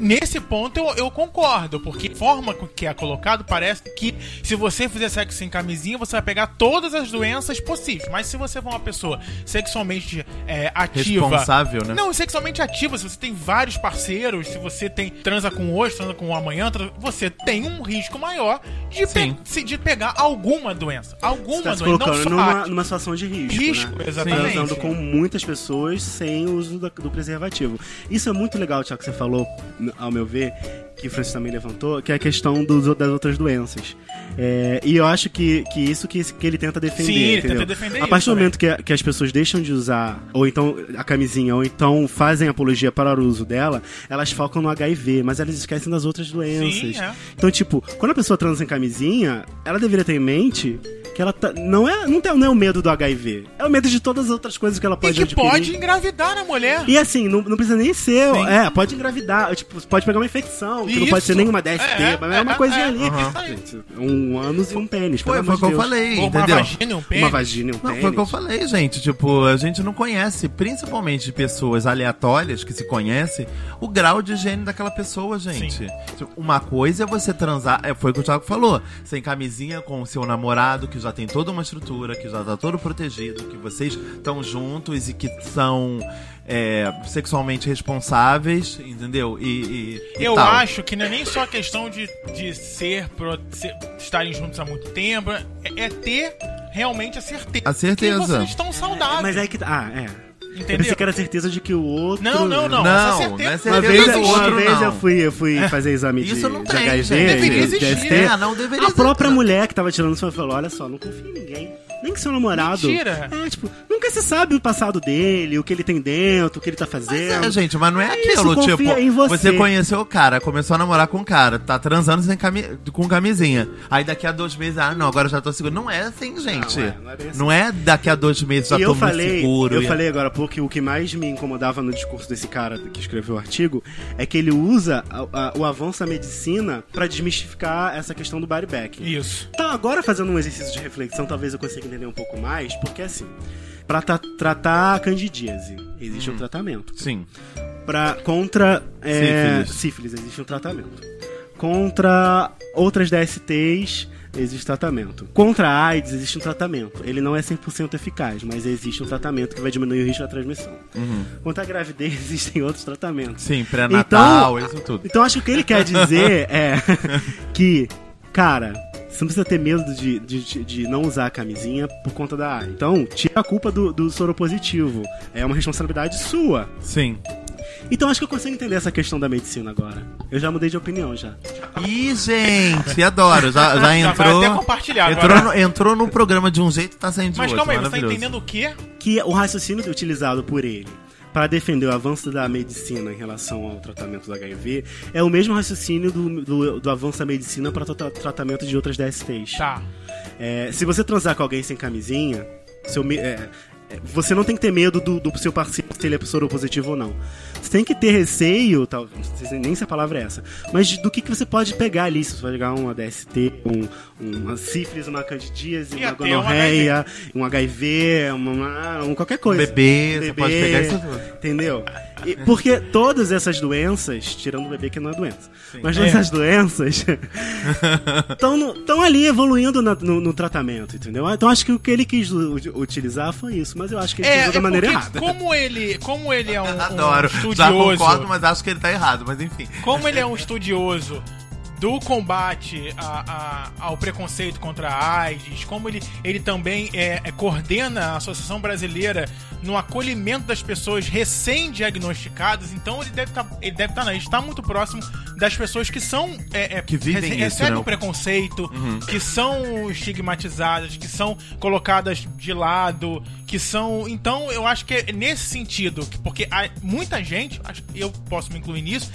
Nesse ponto eu, eu concordo, porque a forma com que é colocado parece que se você fizer sexo sem camisinha, você vai pegar todas as doenças possíveis. Mas se você for uma pessoa sexualmente é, ativa. Responsável, né? Não, sexualmente ativa, se você tem vários parceiros, se você tem transa com hoje, transa com amanhã, transa- você tem um risco maior de, pe Sim. se- de pegar alguma doença. Alguma Tá se doença, não colocando só numa, a- numa situação de risco. Risco, né? exatamente. Transando com muitas pessoas sem o uso da- do preservativo. Isso é muito legal, Tiago, que você falou, n- ao meu ver, que o Francis também levantou, que é a questão dos- das outras doenças. É, e eu acho que, que isso que, que ele tenta defender. Sim, ele entendeu? tenta defender A partir isso do momento que, que as pessoas deixam de usar, ou então a camisinha, ou então fazem apologia para o uso dela, elas focam no HIV, mas elas esquecem das outras doenças. é. Então, tipo, quando a pessoa transa em camisinha, ela deveria ter em mente que ela tá- não é não, tem, não é o medo do HIV, é o medo de todas as outras coisas que ela E pode que adquirir. pode engravidar na mulher. E assim, não, não precisa nem ser. Sim. É, pode engravidar. Tipo, pode pegar uma infecção, que não Isso. pode ser nenhuma DST, É, mas é, é, uma é, coisinha é. ali. Aham. Gente, um ânus e um pênis. Foi, pelo foi amor o que eu de Deus. falei, Ou uma entendeu? vagina, um pênis. Uma vagina e um Não, pênis. foi o que eu falei, gente. Tipo, a gente não conhece, principalmente pessoas aleatórias que se conhecem, o grau de higiene daquela pessoa, gente. Tipo, Uma coisa é você transar, é, foi o que o Thiago falou, sem camisinha com o seu namorado, que já tem toda uma estrutura, que já tá todo protegido, que vocês estão juntos e que são é, sexualmente responsáveis, entendeu? E, e- e Eu tal. acho que não é nem só a questão de, de ser, pro, ser- estarem juntos há muito tempo, é, é ter realmente a certeza. A certeza. Que vocês estão saudáveis. Mas é que. Ah, é. Eu entendeu? pensei que era certeza de que o outro. Não, não, não. Não, essa não é certeza Uma certeza vez, do existe. uma outro, vez não. É. eu fui, eu fui fazer exame de, Isso não de tem, HIV. gente. Deveria de existir. DST. É, não deveria A própria existir. mulher que tava tirando sua falou: olha só, não confia em ninguém. Nem que seu namorado. Mentira. É, tipo, nunca se sabe o passado dele, o que ele tem dentro, o que ele tá Mas é, fazendo. gente, mas não é É isso, aquilo, confia tipo, em você. você. conheceu o cara, começou a namorar com o cara, tá transando sem cami com camisinha. Aí daqui a dois meses, ah, não, agora eu já tô seguro. Não é assim, gente. Não Não é, é, não é bem assim. daqui a dois meses já e tô eu falei, muito seguro. eu e- falei agora há pouco que o que mais me incomodava no discurso desse cara que escreveu o artigo é que ele usa a- a- o avanço da medicina pra desmistificar essa questão do body back. Isso. Então, agora fazendo um exercício de reflexão, talvez eu consiga entender um pouco mais, porque assim, pra tra- tratar a candidíase, existe um tratamento. Sim. Pra, contra é, sífilis. Sífilis. existe um tratamento. Contra outras DSTs, existe tratamento. Contra a AIDS, existe um tratamento. Ele não é 100% eficaz, mas existe um tratamento que vai diminuir o risco da transmissão. Contra a gravidez, existem outros tratamentos. Sim, pré-natal, Então- isso tudo. Então acho que o que ele quer dizer é que, cara, você não precisa ter medo de, de, de não usar a camisinha por conta da AIDS. Então, tira a culpa do, do soro positivo. É uma responsabilidade sua. Sim. Então acho que eu consigo entender essa questão da medicina agora. Eu já mudei de opinião já. Ih, gente, adoro. Já, já Já vai entrou. até compartilhar entrou, agora. no, entrou no programa de um jeito e tá saindo de Mas outro. calma aí, você tá maravilhoso. entendendo o quê? Que o raciocínio utilizado por ele para defender o avanço da medicina em relação ao tratamento do HIV é o mesmo raciocínio do, do, do avanço da medicina para tra- tratamento de outras DSTs. Tá. É, se você transar com alguém sem camisinha, seu me- é, é, você não tem que ter medo do, do seu parceiro se ele é soropositivo ou não. Você tem que ter receio, tal, não sei nem se a palavra é essa, mas de- do que, que você pode pegar ali. Se você vai pegar uma DST, um, uma sífilis, uma candidíase, E uma até um gonorreia, um HIV, uma, um qualquer coisa. Bebê, você Bebê. pode pegar isso tudo. Entendeu? E- É. porque todas essas doenças, tirando o bebê que não é doença, mas É. todas essas doenças estão ali evoluindo na- no, no tratamento, entendeu? Então acho que o que ele quis u- u- utilizar foi isso, mas eu acho que ele É, utilizou da é maneira porque errada. como ele, como ele é um, um Adoro. Já estudioso, concordo, mas acho que ele tá errado, mas enfim. como ele é um estudioso do combate a- a- ao preconceito contra a AIDS, como ele, ele também é, é, coordena a Associação Brasileira no acolhimento das pessoas recém-diagnosticadas, então ele deve estar, ele deve estar, não, ele está muito próximo das pessoas que são é, é, Que vivem rece- isso, recebem né? o preconceito, que são estigmatizadas, que são colocadas de lado, que são. Então, eu acho que é nesse sentido, que- porque há muita gente, acho que eu posso me incluir nisso.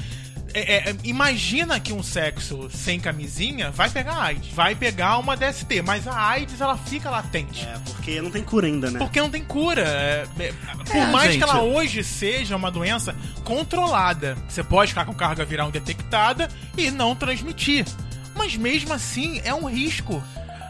é- é- imagina que um sexo sem camisinha vai pegar AIDS, vai pegar uma DST, mas a AIDS ela fica latente. É, porque não tem cura ainda, né? Porque não tem cura. É, é, por É, mais gente. que ela hoje seja uma doença controlada, você pode ficar com carga viral detectada e não transmitir. Mas mesmo assim é um risco.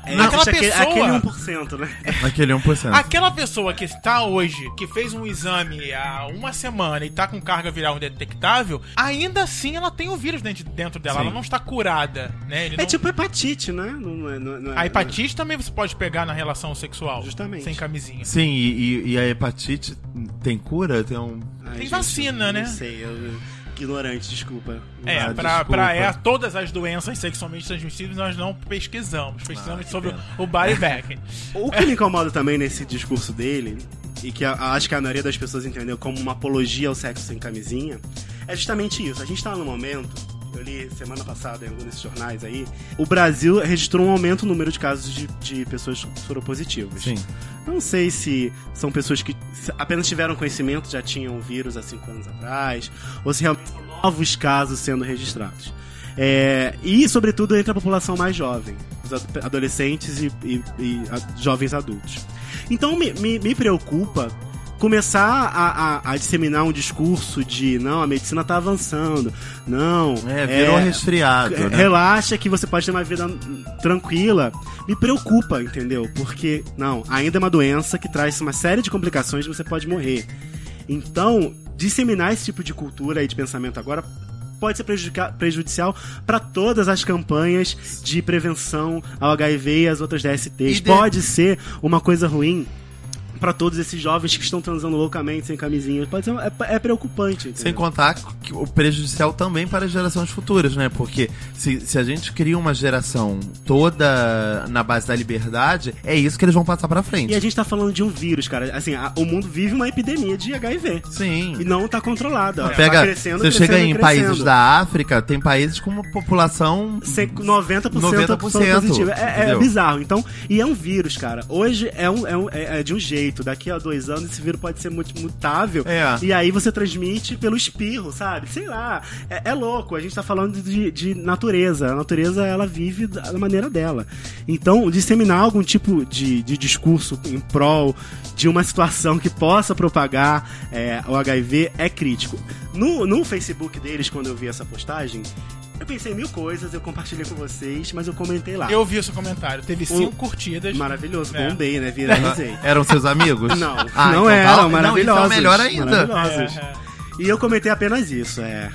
É, aquela existe aquele, pessoa- aquele 1%, né? Aquele 1%. Aquela pessoa que está hoje, que fez um exame há uma semana e está com carga viral detectável, ainda assim ela tem o vírus dentro, dentro dela, Sim. ela não está curada, né? Ele É não- tipo hepatite, né? Não é- não é- não é- A hepatite também você pode pegar na relação sexual. Justamente. Sem camisinha. Sim, e, e- e a hepatite tem cura? Tem um. é. Ai, Tem gente, vacina, né? Não sei, eu... Ignorante, desculpa. É, Ah, pra, desculpa. pra é, todas as doenças sexualmente transmissíveis nós não pesquisamos. Pesquisamos Ah, que sobre pena. o body back. O que me incomoda também nesse discurso dele, e que a- acho que a maioria das pessoas entendeu como uma apologia ao sexo sem camisinha, é justamente isso. A gente tá num momento, eu li semana passada em algum desses jornais aí, o Brasil registrou um aumento no número de casos de, de pessoas soropositivas. Sim. Não sei se são pessoas que se apenas tiveram conhecimento, já tinham o vírus há cinco anos atrás, ou se realmente são novos casos sendo registrados. É, e, sobretudo, entre a população mais jovem, os ad- adolescentes e, e- e a- jovens adultos. Então, me, me- me preocupa começar a, a- a disseminar um discurso de não, a medicina está avançando, não, É, virou é, resfriado. é, né? Relaxa que você pode ter uma vida hum, tranquila. Me preocupa, entendeu? Porque, não, ainda é uma doença que traz uma série de complicações e você pode morrer. Então, disseminar esse tipo de cultura e de pensamento agora pode ser prejudica- prejudicial para todas as campanhas de prevenção ao HIV e as outras DSTs. E de- Pode ser uma coisa ruim para todos esses jovens que estão transando loucamente sem camisinha. Pode ser, um- é, é preocupante. Sem entendeu? contar que o prejudicial também para as gerações futuras, né? Porque se, se a gente cria uma geração toda na base da liberdade, é isso que eles vão passar pra E frente. a gente tá falando de um vírus, cara. Assim, a- o mundo vive uma epidemia de HIV. E Sim. não tá controlada. ó. É. Pega, tá crescendo, você crescendo, chega em crescendo. países da África, tem países com uma população. Cem- 90%, 90%, positiva. É, é entendeu? bizarro. Então, e é um vírus, cara. Hoje é, um, é, um- é- é de um jeito. Daqui a dois anos esse vírus pode ser muito mutável. É. E aí você transmite pelo espirro, sabe? Sei lá. É, é louco. A gente tá falando de, de natureza. A natureza, ela vive da da maneira dela. Então, disseminar algum tipo de, de discurso em prol de uma situação que possa propagar é, o HIV é crítico. No, no Facebook deles, quando eu vi essa postagem, eu pensei em mil coisas, eu compartilhei com vocês, mas eu comentei Ah. lá. Eu vi o seu comentário. Teve cinco curtidas. Maravilhoso, É. bombei, né? Viralizei. Eram seus amigos? Não, Ah, não então eram, tá- não, maravilhosos. então melhor ainda. Maravilhosos. É, é. E eu comentei apenas isso, é.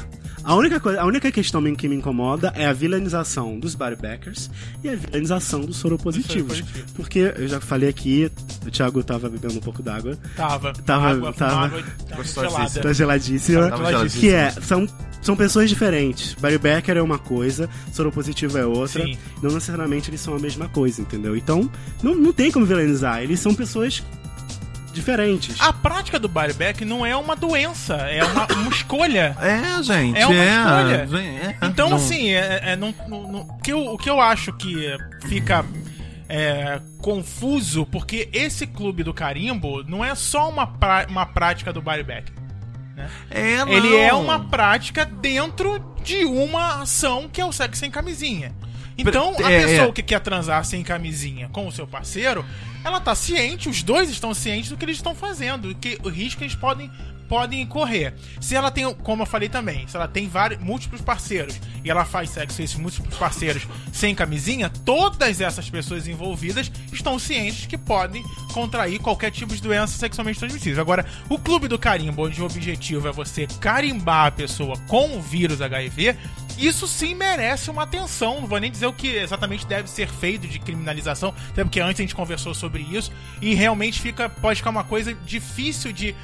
A única, coisa, a única questão que me incomoda é a vilanização dos bodybackers e a vilanização dos soropositivos. Dos soropositivos. Porque eu já falei aqui, o Thiago tava bebendo um pouco d'água, Tava. Tava, água, tava. Água, água Gostosíssimo. gelada. tá geladíssima. Tava Ela geladíssimo. Que é, são, são pessoas diferentes. Bodybacker é uma coisa, soropositivo é outra. Sim. Não necessariamente eles são a mesma coisa, entendeu? Então, não, não tem como vilanizar. Eles são pessoas diferentes. A prática do bareback não é uma doença, é uma, uma escolha. É, gente. É uma escolha. gente, é. Então, Não- assim, é, é- não- não- não- o que eu, o que eu acho que fica é, confuso, porque esse clube do carimbo não é só uma, pra- uma prática do bareback. né? É, não. Ele é uma prática dentro de uma ação que é o sexo sem camisinha. Então, a É, pessoa é. que quer transar sem camisinha com o seu parceiro, ela tá ciente, os dois estão cientes do que eles estão fazendo, do que o risco que eles podem, podem correr. Se ela tem, como eu falei também, se ela tem vários, múltiplos parceiros e ela faz sexo com esses múltiplos parceiros sem camisinha, todas essas pessoas envolvidas estão cientes que podem contrair qualquer tipo de doença sexualmente transmissível. Agora, o clube do carimbo, onde o objetivo é você carimbar a pessoa com o vírus HIV, isso sim merece uma atenção. Não vou nem dizer o que exatamente deve ser feito de criminalização, até porque antes a gente conversou sobre isso e realmente fica pode ficar uma coisa difícil de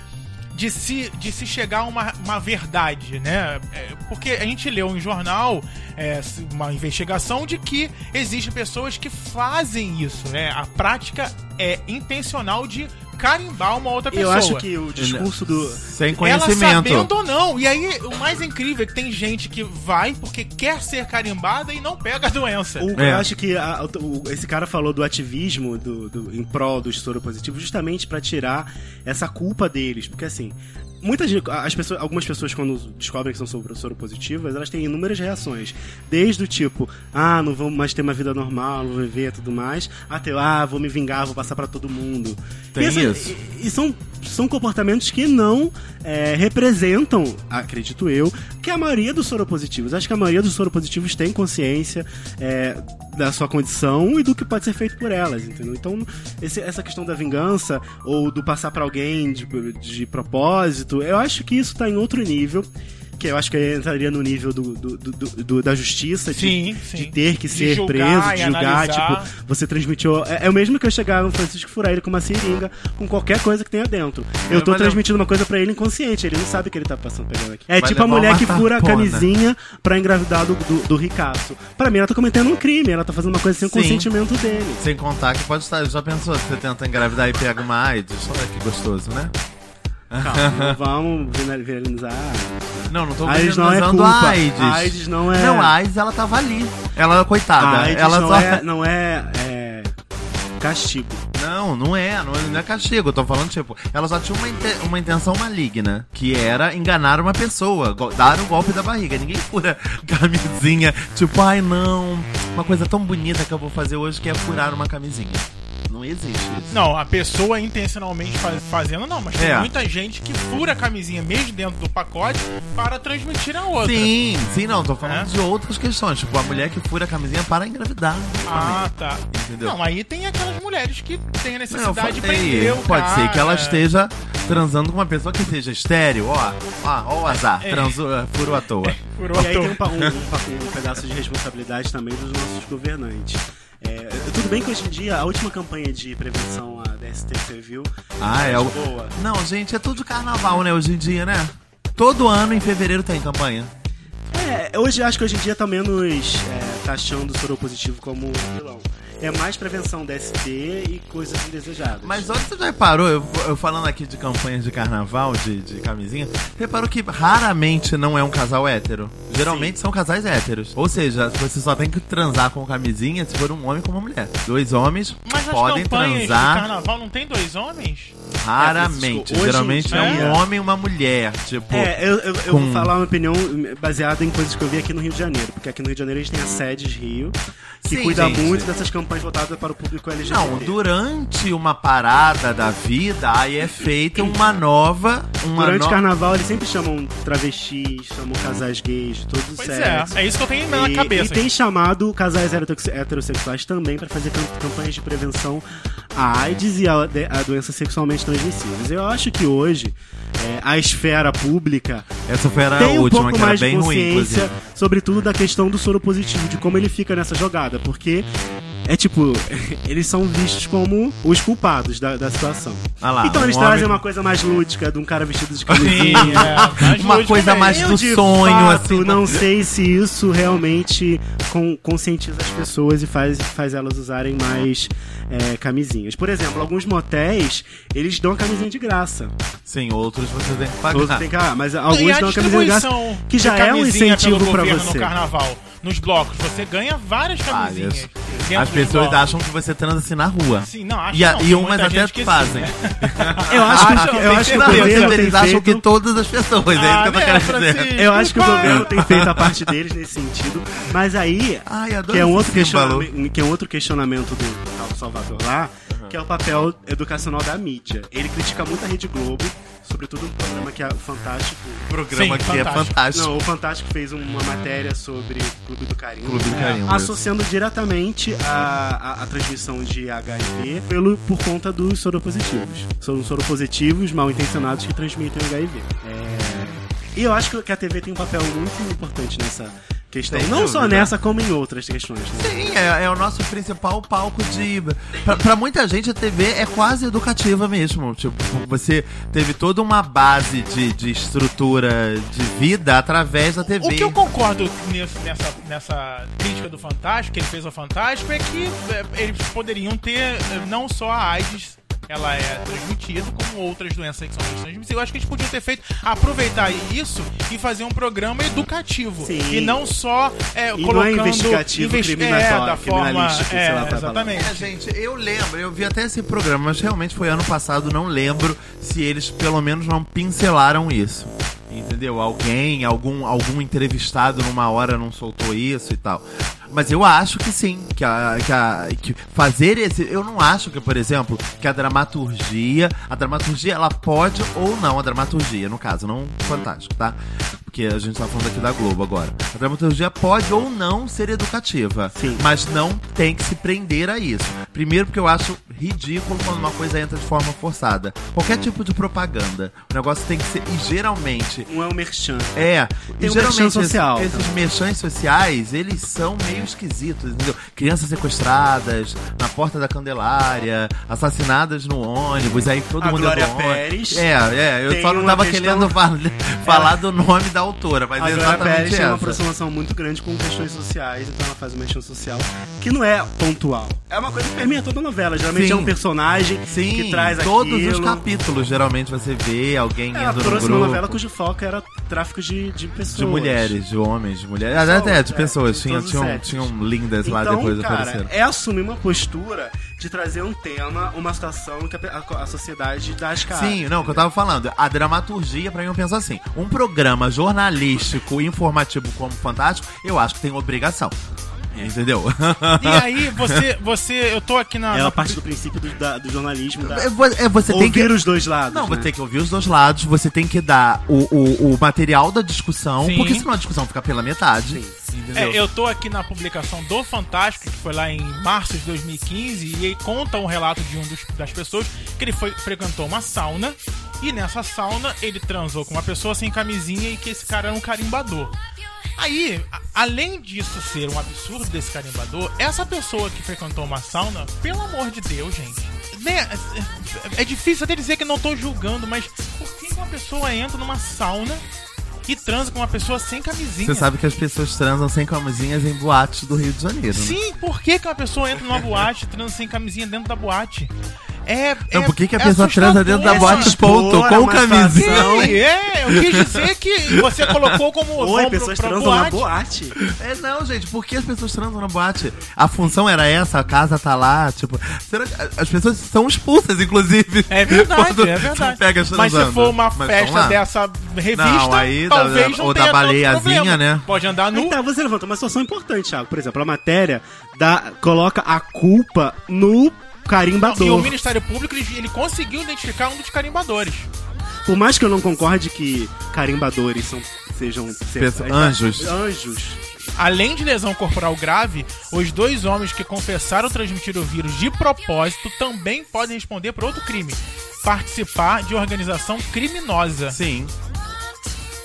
de se, de se chegar a uma, uma verdade, né? É, Porque a gente leu em jornal é, uma investigação de que existem pessoas que fazem isso, né? A prática é intencional de carimbar uma outra Eu pessoa. acho que o discurso do. Sem Ela conhecimento. sabendo ou não. E aí, o mais incrível é que tem gente que vai porque quer ser carimbada e não pega a doença. o- É. Eu acho que a- o- esse cara falou do ativismo do, do- em prol do estouro positivo justamente pra tirar essa culpa deles. Porque assim, muitas as pessoas, algumas pessoas quando descobrem que são sobre soro positivas, elas têm inúmeras reações, desde o tipo, ah, não vou mais ter uma vida normal, não vou viver tudo mais, até ah, vou me vingar, vou passar pra todo mundo. Tem e essa- isso. E, e são são comportamentos que não é, representam, acredito eu, que a maioria dos soropositivos. Acho que a maioria dos soropositivos tem consciência é, da sua condição e do que pode ser feito por elas, entendeu? Então, esse- essa questão da vingança ou do passar pra alguém de, de propósito, eu acho que isso tá em outro nível. Que eu acho que entraria no nível do, do- do- do- do- da justiça, de, Sim, sim. de ter que De ser julgar preso, de e julgar, analisar. tipo, você transmitiu. É, é o mesmo que eu chegar no Francisco Furaíra com uma seringa, com qualquer coisa que tenha dentro. Eu tô Vai transmitindo uma coisa pra ele inconsciente, ele não sabe o que ele tá passando pegando aqui. É Vai tipo a levar mulher uma que fura a tapona. camisinha pra engravidar do, do, do ricaço. Pra mim, ela tá cometendo um crime, ela tá fazendo uma coisa sem o Sim. consentimento dele. Sem contar que pode estar. Já pensou se você tenta engravidar e pega uma AIDS? Olha que gostoso, né? Calma, vamos vina- viralizar. Não, não tô AIDS não é criminalizando culpa. a AIDS. AIDS não é- Não, a AIDS ela tava ali. Ela, coitada. A AIDS ela não, só... é, não é, é castigo. Não, não é, não é, não é castigo. Eu tô falando, tipo, ela só tinha uma, inte- uma intenção maligna, que era enganar uma pessoa, go- dar o golpe da barriga. Ninguém fura camisinha, tipo, ai não, uma coisa tão bonita que eu vou fazer hoje que é furar uma camisinha. Não existe isso. Não, a pessoa intencionalmente faz- fazendo, não, mas tem É. muita gente que fura a camisinha mesmo dentro do pacote para transmitir a outra. Sim, sim, não, tô falando É? de outras questões, tipo, a mulher que fura a camisinha para engravidar. Ah, tá. Entendeu? Não, aí tem aquelas mulheres que têm a Não, eu necessidade de falei, prender o Pode ser que ela cara. esteja transando com uma pessoa que seja estéreo, ó, ó, ó o azar, É. transou, furou à toa. Furou E aí tem um, a pa- um- um pa- um pedaço de responsabilidade também dos nossos governantes. É, tudo bem que hoje em dia a última campanha de prevenção à DST que você viu Ah, é o. boa. Não, gente, é tudo carnaval, né, hoje em dia, né? Todo ano em fevereiro tem campanha. É, hoje acho que hoje em dia tá menos é, taxando o soro positivo como vilão. É mais prevenção DST e coisas indesejadas. Mas olha, você já reparou, eu, eu falando aqui de campanhas de carnaval, de, de camisinha, reparou que raramente não é um casal hétero. Geralmente são casais héteros. Ou seja, você só tem que transar com camisinha se for um homem com uma mulher. Dois homens um Mas as podem campanhas de transar carnaval É, não tem dois homens? raramente. Francisco, hoje em Geralmente é dia- um homem e uma mulher. Tipo, É, eu, eu, eu com- vou falar uma opinião baseada em coisas que eu vi aqui no Rio de Janeiro, porque aqui no Rio de Janeiro a gente tem a Sedes Rio, que Sim, cuida gente. muito dessas campanhas voltadas para o público LGBT. Não, durante uma parada da vida, aí é feita uma nova. Uma Durante o no- carnaval eles sempre chamam travestis, chamam casais gays, de todos os Pois sexos. é, é isso que eu tenho na E- cabeça. E tem chamado casais heterotox- heterossexuais também para fazer cam- campanhas de prevenção à AIDS e à de- à doença sexualmente transmissíveis. Eu acho que hoje é, a esfera pública Essa foi a tem um última, pouco que era mais de bem ruim, consciência, inclusive. sobretudo da questão do soro positivo, de como ele fica nessa jogada, porque é tipo, eles são vistos como os culpados da, da situação. Ah lá, então eles um trazem homem- uma coisa mais lúdica, de um cara vestido de Sim, camisinha. é, mas Uma hoje coisa também. mais- do de sonho, fato, assim, Não sei se isso realmente con- conscientiza as pessoas e faz, faz elas usarem mais é, camisinhas. Por exemplo, alguns motéis, eles dão a camisinha de graça. Sim, outros você tem que pagar. Outros tem que, ah, mas alguns e a dão a camisinha de graça. distribuição que de já é um camisinha incentivo pelo pra governo você. No carnaval, nos blocos, você ganha várias Várias. camisinhas. Ah, As Dentro pessoas igual. acham que você transa assim na rua. Sim, não, acho E, a, não, e tem umas muita até gente que sim, fazem. É né? Eu Ah, acho que, eu tem acho que o certeza. Não, governo tem eles acham que feito... todas as pessoas. é isso que eu tô né, querendo dizer. Francisco, Eu acho que o para. governo tem feito a parte deles nesse sentido, mas aí Ai, adoro que é um esse outro símbolo. questionamento, que é um outro questionamento do tal do Salvador lá, que é o papel educacional da mídia. Ele critica muito a Rede Globo, sobretudo um programa que é o Fantástico. programa Sim, que é fantástico. fantástico. Não, o Fantástico fez uma matéria sobre Clube do Carinho. Clube do É, Carinho, associando diretamente a, a, a transmissão de HIV pelo, por conta dos soropositivos. São os soropositivos mal intencionados que transmitem o HIV. É, E eu acho que- que a TV tem um papel muito importante nessa questão. Sem Não só dúvida. nessa, como em outras questões. né? Sim, é, é o nosso principal palco de. Pra, pra muita gente, a TV é quase educativa mesmo. Tipo, você teve toda uma base de, de estrutura de vida através da TV. O que eu concordo nisso- nessa, nessa crítica do Fantástico, que ele fez ao Fantástico, é que é, eles poderiam ter é, não só a AIDS, ela é transmitida, como outras doenças que são transmissíveis. Eu acho que eles podiam ter feito, aproveitar isso e fazer um programa educativo. Sim. E não só é, não é colocando... investigativo, criminatório, é, da forma, criminalístico, é, sei lá, pra falar. Exatamente. É, gente, eu lembro, eu vi até esse programa, mas realmente foi ano passado, não lembro se eles pelo menos não pincelaram isso. Entendeu? Alguém, algum, algum entrevistado numa hora não soltou isso e tal. Mas eu acho que sim, que, a, que, a- que fazer esse. Eu não acho que, por exemplo, que a dramaturgia. A dramaturgia, ela pode ou não, a dramaturgia, no caso, não o fantástico, tá? Porque a gente tá falando aqui da Globo agora. A dramaturgia pode ou não ser educativa. Sim. Mas não tem que se prender a isso. Primeiro, porque eu acho ridículo quando uma coisa entra de forma forçada. Hum. Qualquer tipo de propaganda. O negócio tem que ser. E geralmente. Não é um merchan. É, Tem e um geralmente merchan social então. esses, esses merchans sociais, eles são meio esquisitos, entendeu? Crianças sequestradas, na porta da Candelária, assassinadas no ônibus, aí todo A mundo Glória é do ônibus. Pérez. É, é, eu Tem só não uma tava questão- É. querendo fal- falar do nome da autora, mas A é Glória Pérez exatamente tem uma essa. aproximação muito grande com questões sociais, então ela faz uma questão social que não é pontual. É uma coisa que permeia toda a novela. Geralmente Sim. é um personagem Sim, que traz todos os aquilo. capítulos, geralmente você vê alguém Ela indo no trouxe uma grupo. novela cujo foco era tráfico de, de pessoas. De mulheres, de homens, de mulheres. Pessoas, até de é, pessoas. de tinha, todos os tinham, sexos. tinham lindas lá então, depois cara, apareceram. é assumir uma postura de trazer um tema, uma situação que a, a- a sociedade dá as caras. Sim, não, o que eu tava falando. A dramaturgia, pra mim, eu penso assim: um programa jornalístico, informativo como Fantástico, eu acho que tem obrigação. É. Entendeu? E aí, você, você... Eu tô aqui na... É na- a parte do princípio do, da- do jornalismo, da... É, vo- é, você tem ouvir que. os dois lados, Não, Tá. né? você tem que ouvir os dois lados, você tem que dar o, o, o material da discussão, Sim. porque senão a discussão fica pela metade. É, Entendeu? eu tô aqui na publicação do Fantástico, que foi lá em março de 2015, e aí conta um relato de um dos- das pessoas que ele foi, frequentou uma sauna, e nessa sauna ele transou com uma pessoa sem camisinha e que esse cara era um carimbador. Aí, a- além disso ser um absurdo desse carimbador, essa pessoa que frequentou uma sauna, pelo amor de Deus, gente, né? É difícil até dizer que não tô julgando, mas por que uma pessoa entra numa sauna e transa com uma pessoa sem camisinha? Você sabe que as pessoas transam sem camisinhas em boates do Rio de Janeiro. né? Sim, por que, que uma pessoa entra numa boate transa sem camisinha dentro da boate? É. Então, é- por que, que a é pessoa transa dentro da assustador. boate ponto Explora com uma camisinha? situação. Sim, é, eu quis dizer que você colocou como Oi, vão pro- pessoas pra transam na boate. É, não, gente, por que as pessoas transam na boate? A função era essa, a casa tá lá, tipo. Será que as pessoas são expulsas, inclusive? É verdade, quando é verdade. tu pega as Mas se transando. for uma Mas vamos festa lá. dessa revista, Não, aí da- talvez não ou da tenha tanto baleiazinha, problema. né? Pode andar nu. Então, você levantou uma situação importante, Thiago. Por exemplo, a matéria dá, coloca a culpa no E o carimbador. Ministério Público, ele, ele conseguiu identificar um dos carimbadores. Por mais que eu não concorde que carimbadores são, sejam... se- Pessoa- anjos. Anjos. Além de lesão corporal grave, os dois homens que confessaram transmitir o vírus de propósito também podem responder por outro crime: participar de organização criminosa. Sim.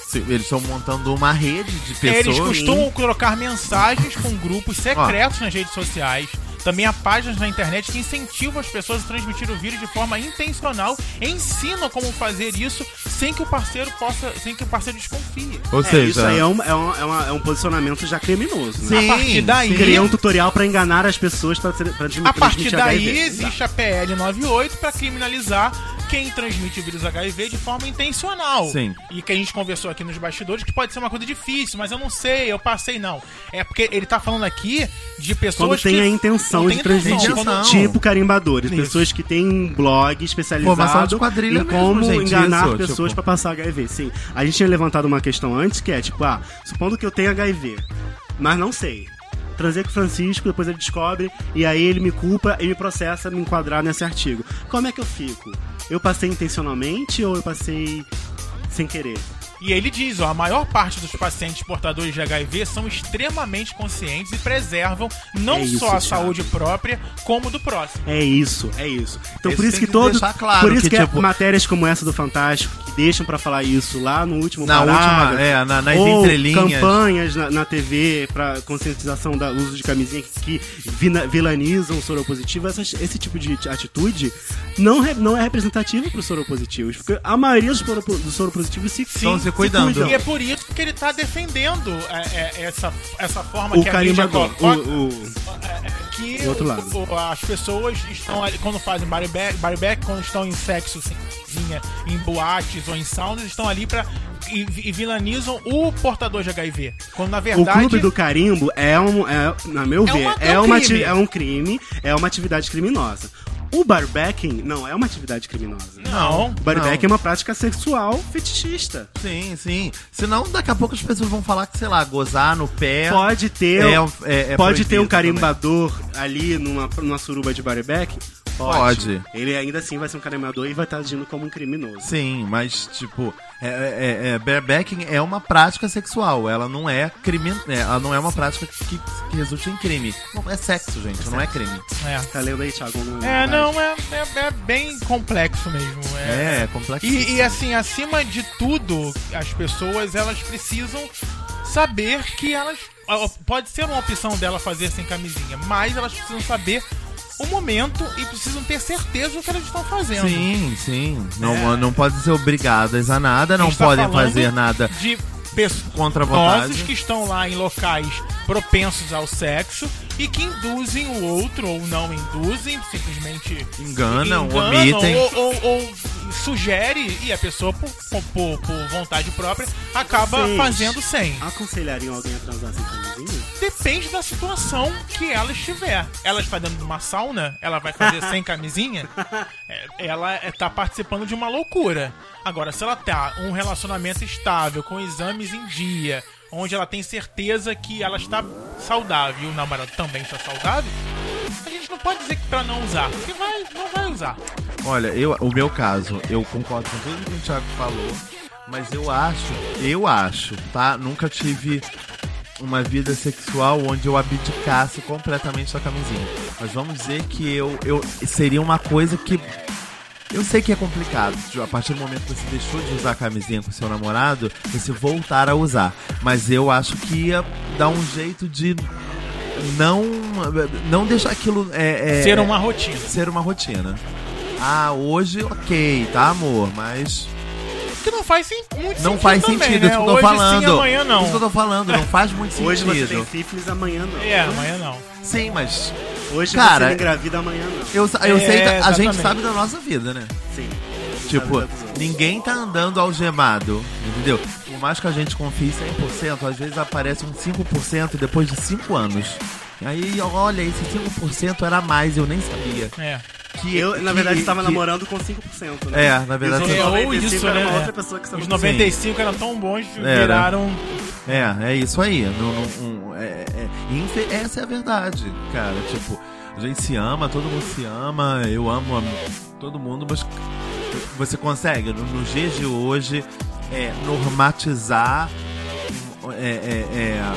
Sim, Eles estão montando uma rede de pessoas. É, Eles costumam colocar mensagens com grupos secretos nas redes sociais. Também há páginas na internet que incentivam as pessoas a transmitir o vírus de forma intencional e ensinam como fazer isso sem que o parceiro possa, sem que o parceiro desconfie. Ou É, seja, isso aí é um, é, um, é, uma- é um posicionamento já criminoso, né? a partir daí- Cria um tutorial pra enganar as pessoas pra, ser- pra A transmitir partir daí HIV. existe a PL 98 para criminalizar quem transmite o vírus HIV de forma intencional. Sim. E que a gente conversou aqui nos bastidores, que pode ser uma coisa difícil, mas eu não sei, eu passei, não. É porque ele tá falando aqui de pessoas Quando que... tem a intenção não tem de transmitir, intenção, quando- tipo carimbadores, Isso. pessoas que têm um blog Formação especializado de quadrilha em mesmo, como gente, enganar isso, pessoas tipo. pra passar HIV. Sim, a gente tinha levantado uma questão antes que é tipo, ah, supondo que eu tenho HIV, mas não sei. Transei com o Francisco, depois ele descobre, e aí ele me culpa e me processa me enquadrar nesse artigo. Como é que eu fico? Eu passei intencionalmente ou eu passei sem querer? E ele diz, ó, a maior parte dos pacientes portadores de HIV são extremamente conscientes e preservam não É isso, só a Thiago. saúde própria, como do próximo. É isso, é isso. Então Isso por isso tem que, que todos, deixar claro por isso que, que, é tipo- matérias como essa do Fantástico que deixam pra falar isso lá no último Na parágrafo, última, é, na- nas ou entrelinhas. campanhas na, na TV pra conscientização do uso de camisinha que, que vina- vilanizam o soropositivo, essas, esse tipo de atitude não, re- não é representativo pros soropositivos, porque a maioria dos, soropo- dos soropositivos se, Estão se cuidando. Então. E é por isso que ele tá defendendo é, é, essa, essa forma O que a mídia carimbador, o, coloca. o- que Do outro o- lado. o- as pessoas estão ali, quando fazem bodyback, bodyback quando estão em sexo sem camisinha, em boates ou em saunas, estão ali pra. E, e vilanizam o portador de HIV. Quando na O verdade. clube do carimbo é um, é, na meu É ver, uma- é, é um uma crime. ati- é um crime, é uma atividade criminosa. O barbacking não é uma atividade criminosa. Não. O barbacking é não. uma prática sexual fetichista. Sim, sim. Senão, daqui a pouco as pessoas vão falar que, sei lá, gozar no pé. Pode ter, É um- é- é pode ter um proibido também. carimbador ali numa, numa suruba de barbacking? Pode. Ele ainda assim vai ser um carimbador e vai estar agindo como um criminoso. Sim, mas, tipo, é, é, é, barebacking é uma prática sexual. Ela não é crime. é, Ela não é uma prática que, que resulte em crime. Não, é sexo, gente, não é crime. É. Tá lendo aí, Thiago? alguma É, novidade? não, é, é, é bem complexo mesmo. É. É, é complexo. E, e, assim, acima de tudo, as pessoas elas precisam saber que elas. ó, Pode ser uma opção dela fazer sem camisinha, mas elas precisam saber o momento e precisam ter certeza do que elas estão fazendo. Sim, sim. Não, não podem ser obrigadas a nada, não É. gente tá podem falando fazer nada De pessoas contra a vontade. que estão lá em locais propensos ao sexo e que induzem o outro ou não induzem, simplesmente Enganam, enganam, omitem. Ou, ou- ou sugere e a pessoa, por, por- por vontade própria, acaba Vocês fazendo sem. Aconselhariam alguém a transar sem camisinha? Depende da situação que ela estiver. Ela está dentro de uma sauna, ela vai fazer sem camisinha, é, ela está participando de uma loucura. Agora, se ela tá um relacionamento estável, com exames em dia, onde ela tem certeza que ela está saudável e o namorado também está saudável, a gente não pode dizer que pra não usar, porque vai, não vai usar. Olha, eu, o meu caso, eu concordo com tudo que o Thiago falou, mas eu acho, eu acho, tá? Nunca tive uma vida sexual onde eu abdicasse completamente da camisinha. Mas vamos dizer que eu, eu seria uma coisa que eu sei que é complicado. A partir do momento que você deixou de usar a camisinha com seu namorado, você voltar a usar. Mas eu acho que ia dar um jeito de não não deixar aquilo é, é, Ser um uma rotina. ser uma rotina. Ah, hoje ok, tá amor, mas Que não faz sen- muito não sentido faz também, sentido, é né? isso que eu tô Hoje falando. sim, amanhã Isso que eu não. tô falando, não faz muito sentido. Hoje você tem sífilis, amanhã não. É, amanhã não. Sim, mas Hoje Cara, você engravida, amanhã não. eu, sa- eu É, sei, da- a gente exatamente. sabe da nossa vida, né? Sim. Tipo, Sabe da visão. ninguém tá andando algemado, entendeu? Por mais que a gente confie 100%, às vezes aparece um 5% depois de 5 anos. E Aí, olha, esse 5% era a mais, eu nem sabia. É. Que Eu, na que- verdade, estava que- namorando com 5%, né? É, na verdade, Os outros É, ou 95 isso, era né? uma outra É. pessoa que tá estava Os com 95 eram tão bons que Era. viraram. É, é isso aí. Não- não- um, é- é- infe- essa é a verdade, cara. Tipo, a gente se ama, todo mundo se ama, eu amo a- todo mundo, mas você consegue, no- nos dias de hoje, é, normatizar um, é, é, é,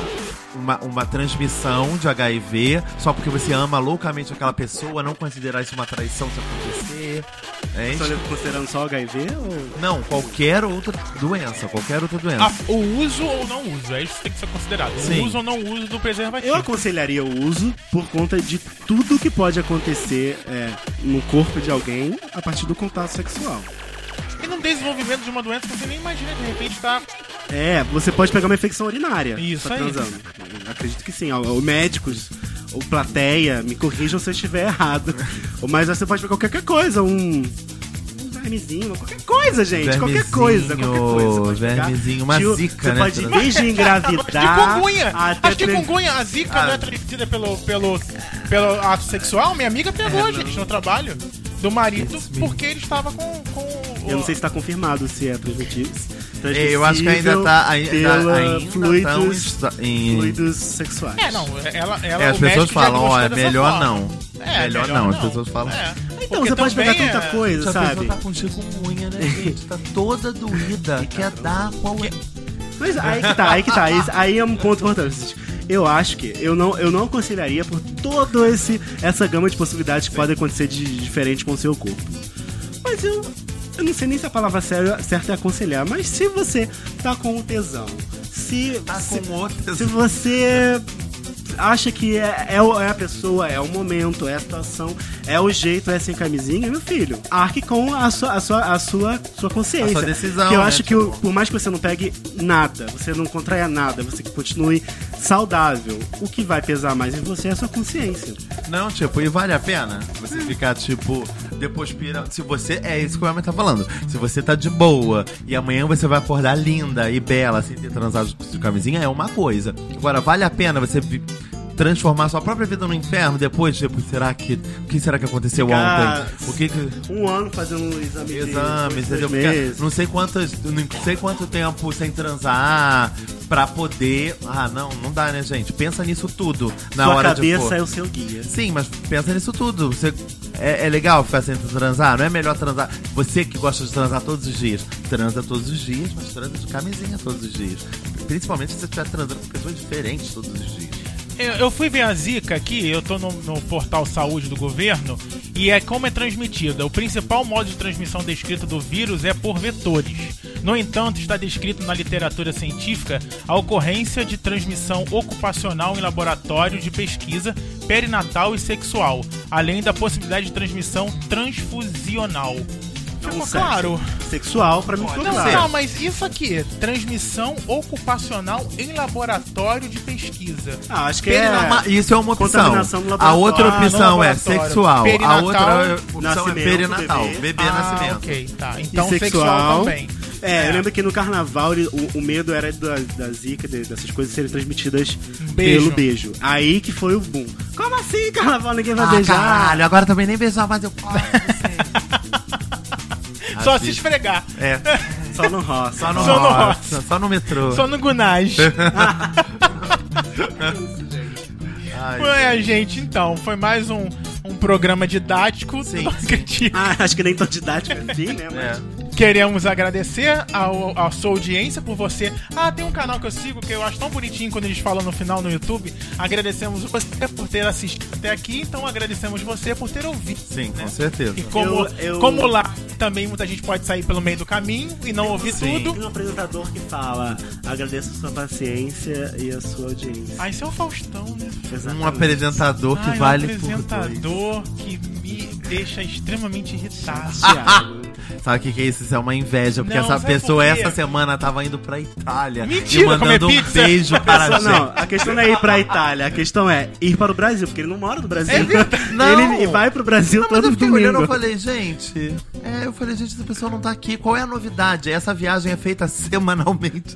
uma, uma transmissão de HIV só porque você ama loucamente aquela pessoa, não considerar isso uma traição se acontecer. É Só isso? considerando só HIV ou... Não, qualquer outra doença, qualquer outra doença. Ah, o uso ou não uso, é isso que tem que ser considerado. O Sim. uso ou não uso do Eu preservativo. aconselharia o uso por conta de tudo que pode acontecer é, no corpo de alguém a partir do contato sexual. E no desenvolvimento de uma doença que você nem imagina, de repente tá. É, você pode pegar uma infecção urinária. Isso só aí. transando. Eu Acredito que sim. Ó, Os médicos, ou plateia, me corrijam se eu estiver errado. Mas você pode pegar qualquer coisa, um. um vermezinho, qualquer coisa, gente. qualquer Vermezinho, coisa, qualquer coisa. Você pode pegar. vermezinho, uma Tio, zica, você né, pode Fernanda? desde engravidar. Chikungunya! até a chikungunya, a zika Ah. não é transmitida pelo, pelo, pelo ato sexual? Minha amiga pegou, gente, no trabalho do marido, É, Isso mesmo. porque ele estava com, com o- Eu não sei se tá confirmado se é transmitido. Eu acho que ainda tá, ainda, pela ainda tão fluidos, insta- em... fluidos sexuais. É, não, ela... ela É, as o médico pessoas falam, ó, diagnosticou é dessa melhor forma. não. É, melhor, não, as pessoas falam. É, Então, porque você pode pegar também tanta é- coisa, Essa sabe? pessoa tá com chikungunya, né, gente? Tá toda doída. Quer dar qual é? Mas aí que tá, aí que tá. Esse- Aí é um ponto importante. gente. Eu acho que eu não, eu não aconselharia por toda essa gama de possibilidades que podem acontecer de diferente com o seu corpo. Mas eu, eu não sei nem se a palavra séria- certa é aconselhar, mas se você tá com o tesão, se, Tá se, com outra. se você acha que é, é, o- é a pessoa, é o momento, é a situação, é o jeito, é sem camisinha, meu filho, arque com a sua, a sua, a sua, sua consciência. A sua decisão, Que eu né, acho que tipo? o- por mais que você não pegue nada, você não contraia nada, você que continue saudável, o que vai pesar mais em você é a sua consciência. Não, tipo, e vale a pena você ficar, tipo, depois pira. Se você. É isso que o homem tá falando. Se você tá de boa e amanhã você vai acordar linda e bela sem ter transado de camisinha, é uma coisa. Agora, vale a pena você vi- transformar sua própria vida no inferno depois? Tipo, será que. O que será que aconteceu Ficar- ontem? O que que. Um ano fazendo exame de- Exame, dois, entendeu? dois Ficar meses. não sei quantas, não sei quanto tempo sem transar pra poder. Ah, não, não dá, né, gente? Pensa nisso tudo na Sua hora de. cabeça pôr. é o seu guia. Sim, mas pensa nisso tudo. Você é, é legal ficar sem transar? Não é melhor transar? Você que gosta de transar todos os dias, transa todos os dias, mas transa de camisinha todos os dias. Principalmente se você estiver transando com pessoas diferentes todos os dias. Eu, eu fui ver a Zika aqui, eu tô no, no portal Saúde do governo, e é como é transmitida. O principal modo de transmissão descrito do vírus é por vetores. No entanto, está descrito na literatura científica a ocorrência de transmissão ocupacional em laboratório de pesquisa perinatal e sexual, além da possibilidade de transmissão transfusional. Não, Ficou sexo. claro? Sexual, pra mim ficou Não, claro. não, mas isso aqui, transmissão ocupacional em laboratório de pesquisa. Ah, acho que Ele é. não é uma- isso é uma opção. Contaminação no A laboratório. outra Ah, no opção é laboratório. sexual. A Perinatal, Ah, outra opção é nascimento, perinatal. Bebê, bebê. nascimento. Ok, tá. Então E sexual, também. É, eu lembro que no carnaval ele- o, o medo era da, da zika, de- dessas coisas serem transmitidas Um Beijo. pelo beijo. Aí que foi o boom. Como assim, carnaval? Ninguém vai Ah, beijar. caralho, agora também nem beijar mais eu Só se esfregar. É, Só no roça. só no, Só no roça, roça. só no metrô. Só no gunage. Ai, é, gente, então, foi mais um, um programa didático. Sim, Não sim. acredito. Ah, acho que nem tão didático assim, né? é. Mas... Queremos agradecer ao- à sua audiência por você. Ah, tem um canal que eu sigo que eu acho tão bonitinho quando eles falam no final no YouTube. Agradecemos você por ter assistido até aqui, então agradecemos você por ter ouvido. Sim, né? com certeza. E como, Eu- eu- como lá também muita gente pode sair pelo meio do caminho e não ouvir Sim. tudo. Tem um apresentador que fala: agradeço a sua paciência e a sua audiência. Ah, isso é o Faustão, né? Um Exatamente. apresentador que Ah, é vale um por dois. Ah, apresentador que me deixa extremamente irritado. Thiago. Sabe o que, que é isso? Isso é uma inveja, porque Não, essa sabe por pessoa quê? essa semana tava indo pra Itália é? Mentira, e mandando comer um pizza. beijo para a Só- Não, gente. a questão não é ir pra Itália, a questão é ir para o Brasil, porque ele não mora no Brasil. É verdade. Não. Ele vai pro Brasil Não, mas eu todo fiquei domingo. olhando e falei, gente. É, eu falei, gente, essa pessoa não tá aqui. Qual é a novidade? Essa viagem é feita semanalmente.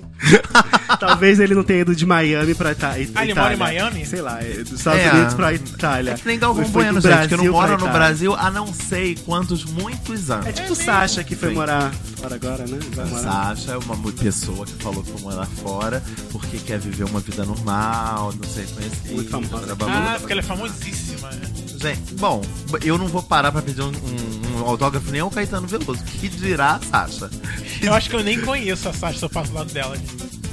Talvez ele não tenha ido de Miami pra Ita Itália. Ah, ele mora em Miami? Sei lá, é dos Estados É, Unidos pra Itália. É que nem Ou Galvão foi do Bueno, gente, que não Brasil pra mora no Itália. Brasil há não sei quantos, muitos anos. É tipo o Sasha que foi morar fora agora, né? Vai morar. Sasha é uma mu- pessoa que falou que foi morar fora porque quer viver uma vida normal, não sei, conhecer. Muito famosa. Ah, porque ela é famosíssima. né? Gente, bom, eu não vou parar pra pedir um, um- um autógrafo nem ao Caetano Veloso. Que dirá a Sasha? Eu acho que eu nem conheço a Sasha, se eu passo do lado dela.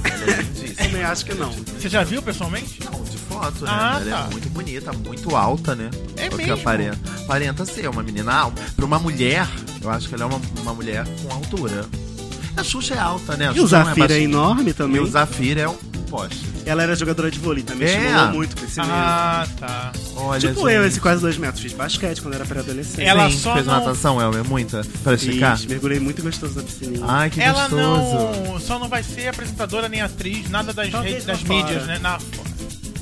Ela é lindíssima. Eu também acho que não. Você já viu pessoalmente? Não, de foto, né? Ah, ela tá. é muito bonita, muito alta, né? É Porque mesmo? Aparenta, aparenta ser uma menina alta. Pra uma mulher, eu acho que ela é uma, uma mulher com altura. A Xuxa é alta, né? A E o Xuxa não Zafira é, baixinha. enorme E também. o Zafira é um poste. Ela era jogadora de vôlei também, É. estimulou muito com esse meio. Ah, tá. Olha, tipo eu, gente. esse quase dois metros. Fiz basquete quando era pré-adolescente. Ela Sim, só fez não- natação, Elmer, muita. Pra esticar. Fiz, mergulhei muito gostoso na piscininha. Ai, que Ela gostoso. não. Só não vai ser apresentadora nem atriz, nada das Talvez redes, lá das mídias, fora. né? Na,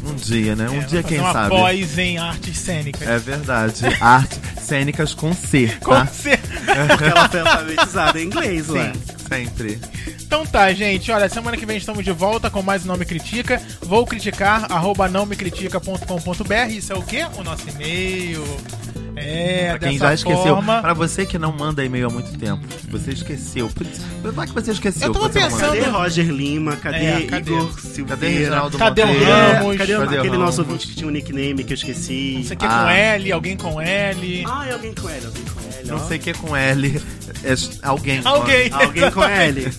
Um dia, né? é, Um dia, vai fazer quem uma sabe. pós em artes cênicas. É verdade. Arte É cênicas com C, Com tá? cer- Porque ela foi alfabetizada em inglês, Sim, ué. sempre. Então tá, gente. Olha, semana que vem estamos de volta com mais Não Me Critica. Vou criticar, arroba não me critica.com.br. Isso é o quê? O nosso e-mail. É, Pra quem dessa já esqueceu, forma. pra você que não manda e-mail há muito tempo, você esqueceu. Putz, Vai que você esqueceu. Eu tava que você não manda. pensando- Cadê Roger Lima? Cadê, Então- É, cadê? Igor Silveira? Cadê Reginaldo Cadê o Monteiro? Ramos? É, cadê Cadê aquele Ramos? nosso ouvinte que tinha um nickname que eu esqueci? Você quer é Ah. com L, alguém com L. Ah, é alguém com L, alguém com L. ó. Não sei o que é com L. É alguém. com- Alguém. Alguém com L.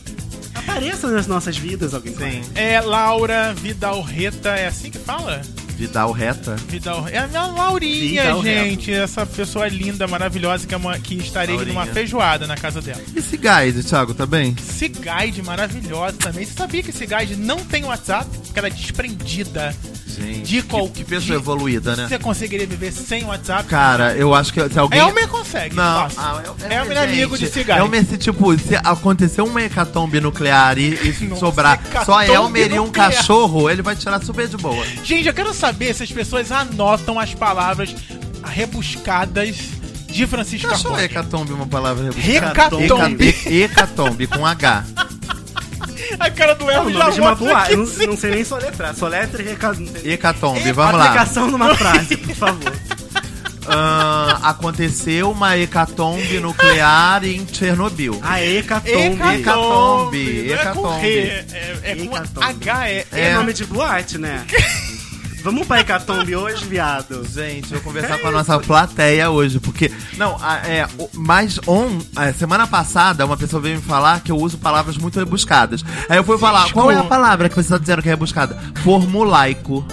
Apareça nas nossas vidas alguém com Sim. L. É Laura Vidalreta, é assim que fala? Vidal reta. Vidal. É a minha Laurinha, Vidalreta. gente. Essa pessoa é linda, maravilhosa, que, é uma- que estarei numa Laurinha. feijoada na casa dela. E esse guide, Thiago, tá bem? Cigaide maravilhosa também. Você sabia que Cigaide não tem WhatsApp? Porque ela é desprendida. Gente, De qual- que, que pessoa de- evoluída, né? Você conseguiria viver sem WhatsApp? Cara, eu acho que se alguém... Elmer consegue. Não, fácil. ah, Elmer é amigo de Cigaide. Elmer, se, tipo, se acontecer uma hecatombe nuclear e, e Nossa, sobrar só hecatombe Elmer e um nuclear. cachorro, ele vai tirar super de boa. Gente, eu quero saber se as pessoas anotam as palavras rebuscadas de Francisco Você achou Carbone. é hecatombe uma palavra rebuscada? Recatombe. Hecatombe. Heca- he- Hecatombe, com H. A cara do É o Elmer já nome de uma mostra boate. que Não, sim. não sei nem soletrar. Soletra e recado. não sei. Hecatombe, vamos lá. Aplicação numa frase, por favor. Ah, aconteceu uma hecatombe nuclear em Chernobyl. A Hecatombe. Hecatombe. Hecatombe, Não é com hecatombe. Re, é, é com Hecatombe. H, é. É. nome de boate, né? Vamos pra Hecatombe hoje, viado? Gente, eu vou conversar com a nossa plateia hoje, porque. Não, a- é. o- Mas on. a semana passada, uma pessoa veio me falar que eu uso palavras muito rebuscadas. Aí eu fui falar, qual é a palavra que você tá dizendo que é rebuscada? Formulaico.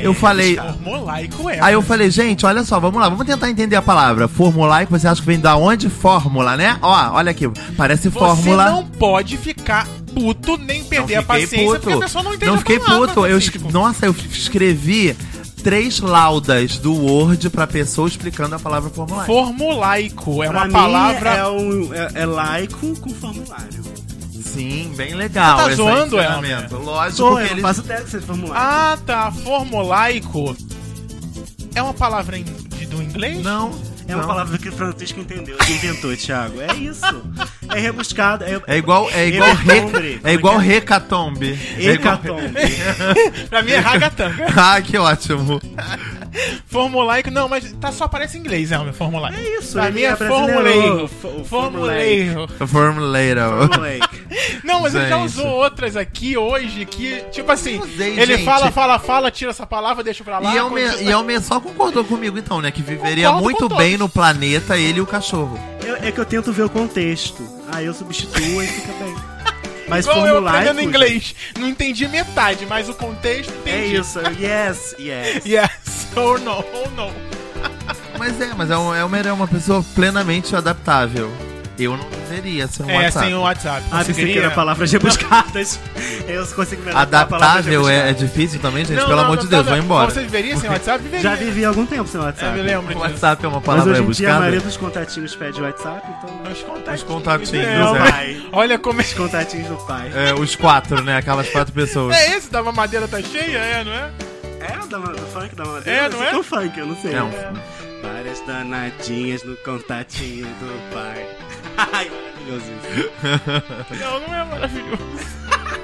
eu falei. Formolaico é. Aí eu falei, gente, olha só, vamos lá, vamos tentar entender a palavra. Formulaico, você acha que vem da onde? Fórmula, né? Ó, olha aqui, parece Você fórmula. não pode ficar puto nem perder a paciência, porque a pessoa não entende Não a fiquei palavra, puto. Eu, Francisco. es- nossa, eu escrevi três laudas do Word pra pessoa explicando a palavra formulário. Formulaico é Pra uma mim, palavra. É, um, é, é laico com formulário. Sim, bem legal. Você tá esse zoando, ensinamento. Lógico Sou, que eu eles... não faço teste de formulário. Ah, tá. Formulaico é uma palavra em- de- do inglês? Não, é não. uma palavra que o Francisco entendeu, que inventou, Thiago. É isso. É rebuscado. É, É igual, é igual, Hecatombe. reca, é igual recatombe. É igual- Hecatombe. Pra mim é ragatanga. Ah, que ótimo. formulaico, não, mas tá, só aparece em inglês, é, meu formulaico. É isso, Pra ele mim é é formuleiro. brasileiro. Formuleiro. F- formulaico. Formulator. Não, mas ele já Gente. usou outras aqui hoje que, tipo assim, usei, ele gente. fala, fala, fala, tira essa palavra, deixa pra lá. E eu continua- e é Elmer só concordou comigo, então, né? Que viveria Concordo muito com bem todos. no planeta ele e o cachorro. Eu- é que eu tento ver o contexto. Aí eu substituo e fica bem. Mas Igual eu aprendendo formulário. inglês. Não entendi metade, mas o contexto É entendi. isso. Yes, yes. Yes, or no, or no. Mas é, mas é um- Elmer é uma pessoa plenamente adaptável. Eu não seria ser um é, WhatsApp. sem o WhatsApp. Ah, pensei que Conseguiria? era palavras rebuscadas. Eu consigo é me adaptar a palavras Adaptável é, é rebuscadas. difícil também, gente? Não, Pelo não, amor não, de Deus, tá, vai não. embora. Você viveria sem WhatsApp? Viveria. Já vivi há algum tempo sem É, WhatsApp. me lembro O disso. WhatsApp é uma Mas é. hoje em palavra dia a rebuscada? maioria dos contatinhos pede WhatsApp, então. Os contatinhos. Os contatinhos, né? é. pai. Olha como é. Os contatinhos do pai. É, os quatro, né? Aquelas quatro pessoas. É esse, da mamadeira tá cheia, é, não é? É o da, do funk da É, madeira? não é? Do funk, eu não sei. É um- Várias danadinhas no contatinho do pai. Ai, maravilhoso isso. Não, não é maravilhoso.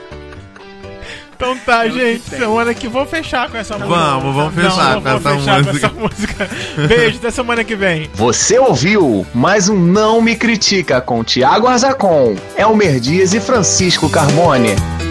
Então tá, É o que gente. tem. semana que vou fechar com essa música. Vamos, vamos Não, fechar não com vou essa fechar música. com essa música. Beijo, até semana que vem. Você ouviu mais um Não Me Critica com Tiago Arzacon, Elmer Dias e Francisco Carbone.